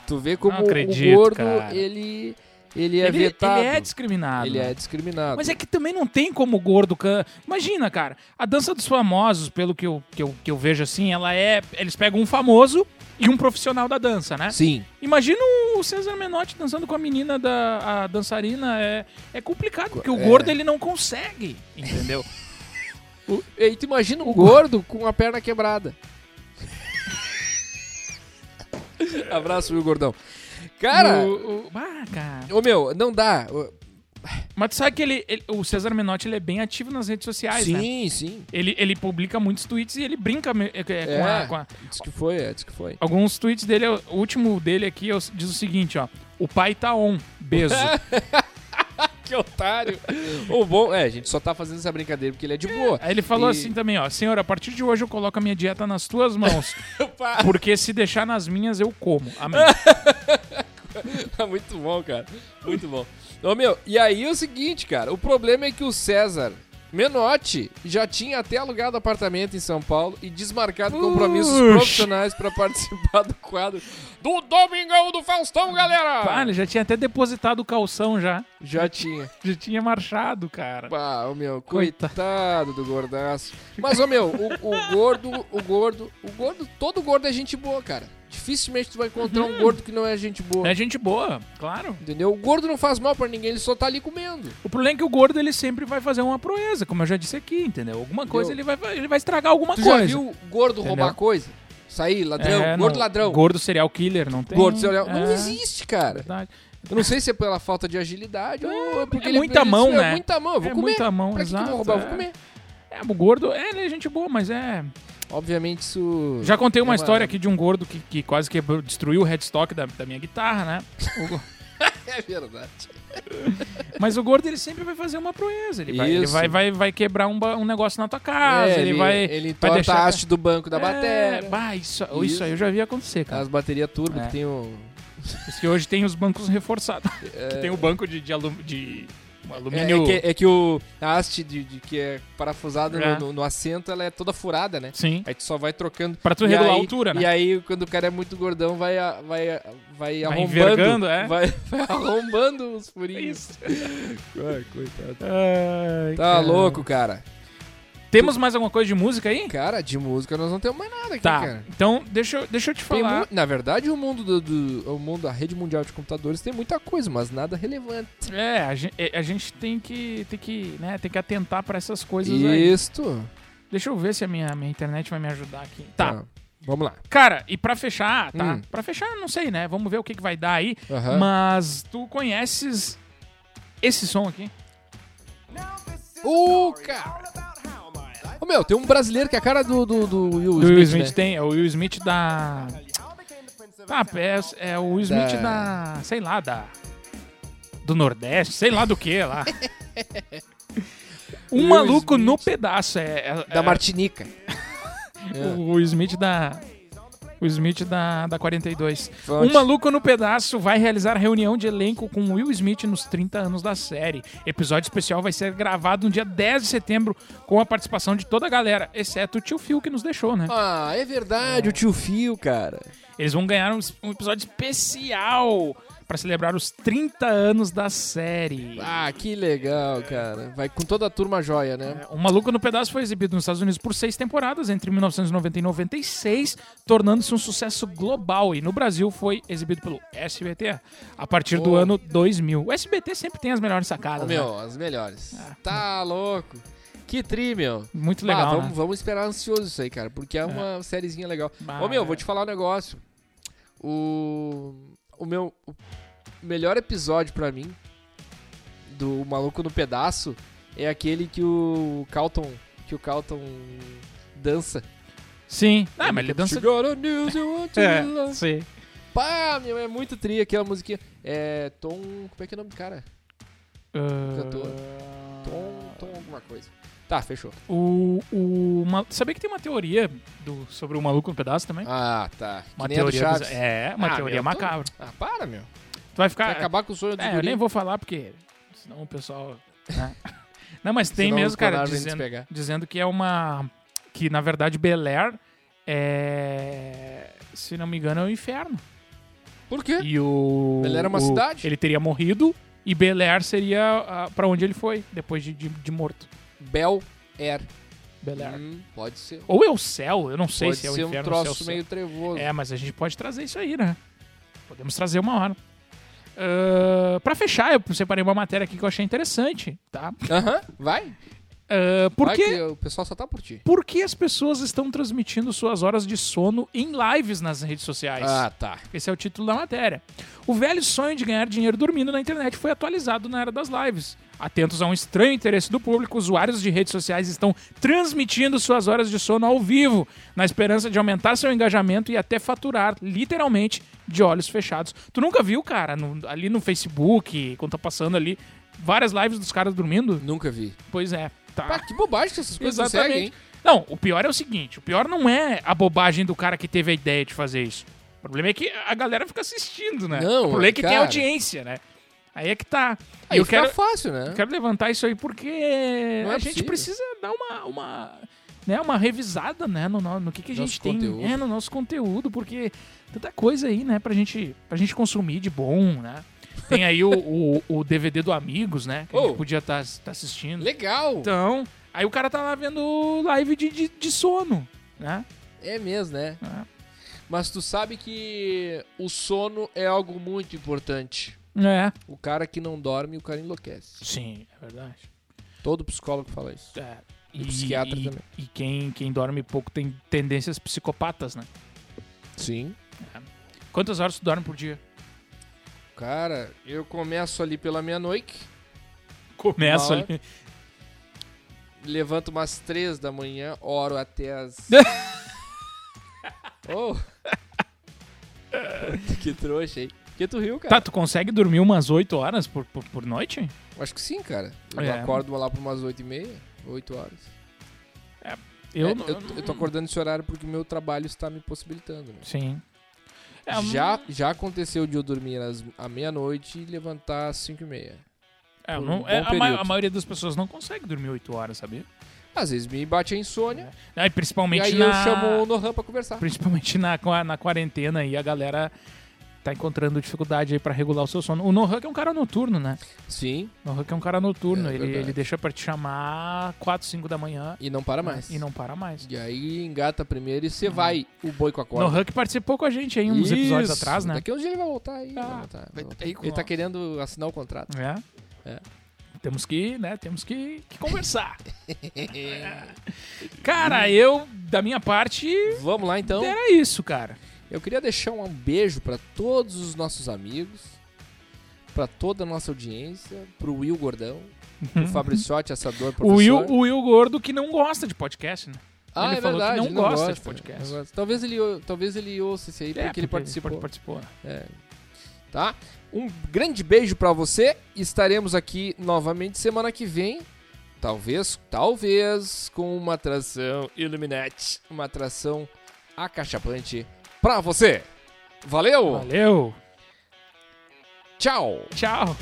Speaker 1: Tu vê como
Speaker 2: Não acredito,
Speaker 1: o gordo,
Speaker 2: cara.
Speaker 1: ele ele é
Speaker 2: ele, ele
Speaker 1: vetado.
Speaker 2: é discriminado.
Speaker 1: Ele é discriminado.
Speaker 2: Mas é que também não tem como o gordo. can- Imagina, cara, a dança dos famosos, pelo que eu, que, eu, que eu vejo assim, ela é. Eles pegam um famoso e um profissional da dança, né?
Speaker 1: Sim.
Speaker 2: Imagina o César Menotti dançando com a menina da a dançarina. É, é complicado, porque o
Speaker 1: É.
Speaker 2: gordo ele não consegue,
Speaker 1: [LAUGHS]
Speaker 2: entendeu?
Speaker 1: E aí tu imagina um gordo com a perna quebrada. [LAUGHS] Abraço, meu gordão. Cara,
Speaker 2: O- o- ah, cara.
Speaker 1: ô meu, não dá.
Speaker 2: Mas tu sabe que ele, ele- o César Menotti ele é bem ativo nas redes sociais, né?
Speaker 1: sim, sim.
Speaker 2: Ele, ele publica muitos tweets e ele brinca me- é, é, com, a,
Speaker 1: É.
Speaker 2: com a-
Speaker 1: Diz que foi, é, diz que foi.
Speaker 2: Alguns tweets dele, o último dele aqui é o- diz o seguinte, ó. O pai tá on,
Speaker 1: [LAUGHS]
Speaker 2: beso.
Speaker 1: Que otário. [LAUGHS] o bom, é, a gente só tá fazendo essa brincadeira porque ele é de boa.
Speaker 2: Aí ele falou
Speaker 1: E- [LAUGHS]
Speaker 2: assim também, ó. Senhor, a partir de hoje eu coloco a minha dieta nas tuas
Speaker 1: [LAUGHS]
Speaker 2: mãos.
Speaker 1: Opa,
Speaker 2: porque se deixar nas minhas, eu como.
Speaker 1: [LAUGHS]
Speaker 2: Amém.
Speaker 1: Muito bom, cara. Muito bom. Ô meu, e aí é o seguinte, cara, o problema é que o César Menotti já tinha até alugado apartamento em São Paulo e desmarcado compromissos
Speaker 2: Puxa.
Speaker 1: profissionais pra participar [LAUGHS] do quadro do Domingão do Faustão, galera!
Speaker 2: Pá, Ah, ele já tinha até depositado o calção já.
Speaker 1: Já tinha.
Speaker 2: Já tinha marchado, cara.
Speaker 1: Pá, ô meu,
Speaker 2: Coitado.
Speaker 1: coitado, do gordaço. Mas, ô meu, o, o gordo, o gordo, o gordo, todo gordo é gente boa, cara. Dificilmente tu vai encontrar um gordo que não é gente boa.
Speaker 2: Uhum. É gente boa, claro.
Speaker 1: Entendeu? O gordo não faz mal pra ninguém, ele só tá ali comendo.
Speaker 2: O problema é que o gordo ele sempre vai fazer uma proeza, como eu já disse aqui, entendeu? Alguma coisa ele vai, ele vai estragar alguma
Speaker 1: Tu
Speaker 2: coisa.
Speaker 1: já viu gordo
Speaker 2: Entendeu?
Speaker 1: roubar coisa? Sair, ladrão,
Speaker 2: É,
Speaker 1: gordo
Speaker 2: não,
Speaker 1: ladrão.
Speaker 2: Gordo serial killer, não tem.
Speaker 1: Gordo, se olhar-
Speaker 2: É,
Speaker 1: Não existe, cara.
Speaker 2: verdade.
Speaker 1: Eu não sei se é pela falta de agilidade ou é porque
Speaker 2: é
Speaker 1: ele
Speaker 2: muita
Speaker 1: ele-
Speaker 2: mão,
Speaker 1: é
Speaker 2: né?
Speaker 1: muita mão, eu vou
Speaker 2: É
Speaker 1: comer.
Speaker 2: muita mão,
Speaker 1: pra que que eu
Speaker 2: exato,
Speaker 1: vou roubar? Eu
Speaker 2: é.
Speaker 1: vou comer.
Speaker 2: É, o gordo, é, ele é gente boa, mas é.
Speaker 1: Obviamente isso...
Speaker 2: Já contei
Speaker 1: É
Speaker 2: uma
Speaker 1: uma-
Speaker 2: história aqui de um gordo que, que quase quebrou, destruiu o headstock da, da minha guitarra, né? O go-
Speaker 1: É verdade.
Speaker 2: mas o gordo ele sempre vai fazer uma proeza. Ele vai, ele
Speaker 1: Isso.
Speaker 2: vai, vai, vai quebrar um, ba- um negócio na tua casa,
Speaker 1: É,
Speaker 2: ele, vai.
Speaker 1: Ele
Speaker 2: vai
Speaker 1: entorta
Speaker 2: deixar
Speaker 1: a haste do banco da
Speaker 2: É,
Speaker 1: bateria.
Speaker 2: bah, isso, isso.
Speaker 1: Isso. Ah.
Speaker 2: aí eu já vi acontecer, cara.
Speaker 1: As baterias turbo
Speaker 2: É.
Speaker 1: que tem o...
Speaker 2: Por isso que hoje tem os bancos reforçados. Que tem o banco de, de, alu- de
Speaker 1: É,
Speaker 2: alumínio.
Speaker 1: é que, é que o, a haste de, de- que é parafusada no-
Speaker 2: É.
Speaker 1: No, no assento, ela é toda furada, né?
Speaker 2: Sim.
Speaker 1: Aí tu só vai trocando.
Speaker 2: Pra tu
Speaker 1: E
Speaker 2: regular a
Speaker 1: aí-
Speaker 2: altura, né?
Speaker 1: E aí, quando o cara é muito gordão, vai, a- vai, a- vai arrombando.
Speaker 2: envergando, é?
Speaker 1: Vai, [LAUGHS] vai arrombando os furinhos.
Speaker 2: Isso.
Speaker 1: [LAUGHS] Ai, coitado.
Speaker 2: Ai,
Speaker 1: Tá
Speaker 2: cara.
Speaker 1: louco, cara.
Speaker 2: Temos mais alguma coisa de música aí?
Speaker 1: Cara, de música nós não temos mais nada aqui,
Speaker 2: Tá.
Speaker 1: cara.
Speaker 2: Então, deixa, eu- deixa eu te
Speaker 1: Tem
Speaker 2: falar.
Speaker 1: mu- na verdade, o mundo do, do- o mundo, a rede mundial de computadores tem muita coisa, mas nada relevante.
Speaker 2: É, a gente, a gente tem que, tem que, né, tem que atentar pra essas coisas aí.
Speaker 1: Isto.
Speaker 2: Deixa eu ver se a minha, minha internet vai me ajudar aqui. Tá.
Speaker 1: Vamos lá.
Speaker 2: Cara, e pra fechar, tá?
Speaker 1: Hum.
Speaker 2: Pra fechar, não sei, né? Vamos ver o que, que vai dar aí.
Speaker 1: Aham.
Speaker 2: Mas tu conheces esse som aqui?
Speaker 1: Ô, cara. Ô, meu, tem um brasileiro que é a cara do, do, do Will
Speaker 2: Do
Speaker 1: Smith,
Speaker 2: Will Smith
Speaker 1: né?
Speaker 2: tem, é o Will Smith da. Ah, é, é o Will Smith da...
Speaker 1: Da-
Speaker 2: Sei lá, da. Do Nordeste, sei lá do que
Speaker 1: [LAUGHS]
Speaker 2: lá. um
Speaker 1: Will
Speaker 2: maluco
Speaker 1: Smith.
Speaker 2: no pedaço. É, é-
Speaker 1: Da
Speaker 2: é
Speaker 1: Martinica.
Speaker 2: o
Speaker 1: É.
Speaker 2: Will Smith da. O Smith da, da 42.
Speaker 1: Fonte.
Speaker 2: Um maluco no pedaço vai realizar reunião de elenco com Will Smith nos 30 anos da série. Episódio especial vai ser gravado no dia 10 de setembro com a participação de toda a galera, exceto o tio Phil que nos deixou, né?
Speaker 1: Ah, é verdade, o tio Fio, cara.
Speaker 2: Eles vão ganhar um, um episódio especial pra celebrar os 30 anos da série.
Speaker 1: Ah, que legal, cara. Vai com toda a turma joia, né?
Speaker 2: O Um Maluco no Pedaço foi exibido nos Estados Unidos por seis temporadas, entre 1990 e 96, tornando-se um sucesso global. E no Brasil foi exibido pelo SBT a partir do
Speaker 1: Oh.
Speaker 2: ano 2000. O SBT sempre tem as melhores sacadas,
Speaker 1: Ô,
Speaker 2: né? Ah.
Speaker 1: meu, as melhores. Tá louco. Que tri, meu.
Speaker 2: Muito
Speaker 1: Bah,
Speaker 2: legal,
Speaker 1: Ah, vamos,
Speaker 2: né?
Speaker 1: vamos esperar ansioso isso aí, cara, porque é uma sériezinha legal.
Speaker 2: Bah,
Speaker 1: Ô, meu,
Speaker 2: é.
Speaker 1: vou te falar um negócio. O, o meu o melhor episódio pra mim do Maluco no Pedaço é aquele que o Calton, que o Calton dança.
Speaker 2: Sim. Ah, mas ele dança...
Speaker 1: You got a news you want to
Speaker 2: É,
Speaker 1: love.
Speaker 2: sim.
Speaker 1: Pá, meu, é muito tri aquela musiquinha. É Tom. Como é que é o nome do cara?
Speaker 2: Ah,
Speaker 1: Cantor. Tom. Tom alguma coisa. Tá, fechou.
Speaker 2: o, o, ma- Sabia que tem uma teoria do- sobre o Maluco no Pedaço também?
Speaker 1: Ah, tá. Que
Speaker 2: Uma
Speaker 1: nem a do
Speaker 2: teoria,
Speaker 1: Chaves.
Speaker 2: dos- é, uma
Speaker 1: Ah,
Speaker 2: teoria
Speaker 1: meu, tô-
Speaker 2: macabra.
Speaker 1: Ah, para, meu.
Speaker 2: Tu
Speaker 1: Vai
Speaker 2: vai ficar.
Speaker 1: acabar com o sonho do
Speaker 2: é, eu
Speaker 1: guri. É.
Speaker 2: nem vou falar porque senão o pessoal. né? [LAUGHS] Não, mas tem
Speaker 1: Senão o
Speaker 2: mesmo, cara,
Speaker 1: Conar vem
Speaker 2: dizendo,
Speaker 1: despegar.
Speaker 2: dizendo que é uma. Que na verdade Bel Air é. Se não me engano, é o inferno.
Speaker 1: Por quê?
Speaker 2: E o.
Speaker 1: Bel Air é uma
Speaker 2: o-
Speaker 1: cidade?
Speaker 2: Ele teria morrido e Bel Air seria ah, pra onde ele foi depois de, de, de morto.
Speaker 1: Bel Air.
Speaker 2: Bel Air.
Speaker 1: Hum, pode ser.
Speaker 2: Ou é o céu, eu não sei
Speaker 1: pode
Speaker 2: se é o
Speaker 1: ser
Speaker 2: inferno
Speaker 1: um
Speaker 2: ou se é o
Speaker 1: troço
Speaker 2: céu.
Speaker 1: meio trevoso.
Speaker 2: É, mas a gente pode trazer isso aí, né? Podemos trazer uma hora. Ah, pra fechar, eu separei uma matéria aqui que eu achei interessante, tá?
Speaker 1: Aham, vai.
Speaker 2: Ah, por
Speaker 1: vai
Speaker 2: quê?
Speaker 1: que o pessoal só tá por ti.
Speaker 2: Por que as pessoas estão transmitindo suas horas de sono em lives nas redes sociais?
Speaker 1: Ah, tá.
Speaker 2: Esse é o título da matéria. O velho sonho de ganhar dinheiro dormindo na internet foi atualizado na era das lives. Atentos a um estranho interesse do público, usuários de redes sociais estão transmitindo suas horas de sono ao vivo, na esperança de aumentar seu engajamento e até faturar, literalmente, de olhos fechados. Tu nunca viu, cara, no- ali no Facebook, quando tá passando ali, várias lives dos caras dormindo?
Speaker 1: Nunca vi.
Speaker 2: Pois é, tá.
Speaker 1: Pá, que bobagem que essas coisas
Speaker 2: Exatamente.
Speaker 1: conseguem, hein?
Speaker 2: Não, o pior é o seguinte: o pior não é a bobagem do cara que teve a ideia de fazer isso. O problema é que a galera fica assistindo, né?
Speaker 1: Não,
Speaker 2: o problema é que tem
Speaker 1: cara.
Speaker 2: audiência, né? Aí é que tá. E
Speaker 1: Aí
Speaker 2: eu
Speaker 1: fica
Speaker 2: quero,
Speaker 1: fácil, né?
Speaker 2: eu quero levantar isso aí porque
Speaker 1: Não é
Speaker 2: a gente
Speaker 1: possível.
Speaker 2: precisa dar uma, uma, né, uma revisada, né, no, no, no que, que a
Speaker 1: Nosso
Speaker 2: gente tem
Speaker 1: conteúdo.
Speaker 2: é, no nosso conteúdo, porque tanta coisa aí, né, pra gente, pra gente consumir de bom, né? Tem aí o, o, o DVD do Amigos, né? Que a gente
Speaker 1: Oh.
Speaker 2: podia estar assistindo.
Speaker 1: Legal.
Speaker 2: Então, aí o cara tá lá vendo live de, de, de sono, né?
Speaker 1: É mesmo, né?
Speaker 2: Ah.
Speaker 1: Mas tu sabe que o sono é algo muito importante.
Speaker 2: É.
Speaker 1: O cara que não dorme, o cara enlouquece.
Speaker 2: Sim, é verdade.
Speaker 1: Todo psicólogo fala isso.
Speaker 2: É.
Speaker 1: E psiquiatra
Speaker 2: e,
Speaker 1: também.
Speaker 2: E quem, quem dorme pouco tem tendências psicopatas, né?
Speaker 1: Sim.
Speaker 2: Quantas horas tu dorme por dia?
Speaker 1: Cara, eu começo ali pela meia-noite,
Speaker 2: Começa
Speaker 1: Uma
Speaker 2: ali.
Speaker 1: levanto umas três da manhã, oro até [LAUGHS] as. [LAUGHS] oh. que trouxa, hein? Que tu riu, cara?
Speaker 2: Tá, tu consegue dormir umas 8 horas por, por, por noite?
Speaker 1: Tá. Acho que sim, cara. Eu
Speaker 2: É.
Speaker 1: acordo lá por umas oito e meia, oito horas.
Speaker 2: Eu
Speaker 1: É,
Speaker 2: não.
Speaker 1: eu, eu tô acordando esse horário porque o meu trabalho está me possibilitando, né?
Speaker 2: Sim. É, um-
Speaker 1: já, já aconteceu de eu dormir às, à meia-noite e levantar às 5 e meia.
Speaker 2: é,
Speaker 1: por um
Speaker 2: não-
Speaker 1: bom
Speaker 2: é, a, ma-
Speaker 1: período.
Speaker 2: a maioria das pessoas não consegue dormir 8 horas, sabia?
Speaker 1: Às vezes me bate a insônia
Speaker 2: Ah, e principalmente
Speaker 1: e aí
Speaker 2: na.
Speaker 1: eu chamo o Norhan pra conversar.
Speaker 2: Principalmente na, com a- na quarentena aí, a galera tá encontrando dificuldade aí pra regular o seu sono. O Nohan que é um cara noturno, né?
Speaker 1: Sim,
Speaker 2: O Nohan que é um cara noturno.
Speaker 1: É
Speaker 2: ele,
Speaker 1: verdade.
Speaker 2: ele deixa pra te chamar 4, 5 da manhã
Speaker 1: e não para mais.
Speaker 2: e não para mais.
Speaker 1: E aí engata primeiro e você vai o boi com a corda.
Speaker 2: Nohan que participou com a gente aí uns episódios
Speaker 1: Isso.
Speaker 2: atrás, né?
Speaker 1: Daqui uns dias ele vai voltar aí.
Speaker 2: Ah,
Speaker 1: vai voltar, vai
Speaker 2: vai
Speaker 1: voltar.
Speaker 2: ter aí com
Speaker 1: Ele tá
Speaker 2: nós.
Speaker 1: querendo assinar o contrato.
Speaker 2: É.
Speaker 1: É.
Speaker 2: Temos que, né? Temos que,
Speaker 1: [LAUGHS]
Speaker 2: que conversar. cara, eu, da minha parte,
Speaker 1: Vamos lá então.
Speaker 2: era isso, cara.
Speaker 1: Eu queria deixar um beijo pra todos os nossos amigos, pra toda a nossa audiência, pro Will Gordão,
Speaker 2: [LAUGHS]
Speaker 1: pro Fabriciotti, assador, professor.
Speaker 2: O Will, o Will Gordo que não gosta de podcast, né?
Speaker 1: Ah,
Speaker 2: Ele
Speaker 1: é
Speaker 2: falou que
Speaker 1: verdade,
Speaker 2: não
Speaker 1: ele
Speaker 2: gosta de podcast. É,
Speaker 1: Não gosta. Talvez ele, ou- talvez ele ouça esse aí, porque, ele participou,
Speaker 2: participou. né?
Speaker 1: tá? Um grande beijo pra você. Estaremos aqui novamente semana que vem. Talvez, talvez, com uma atração Illuminati. Uma atração acachapante pra você. Valeu!
Speaker 2: Valeu.
Speaker 1: Tchau!
Speaker 2: Tchau.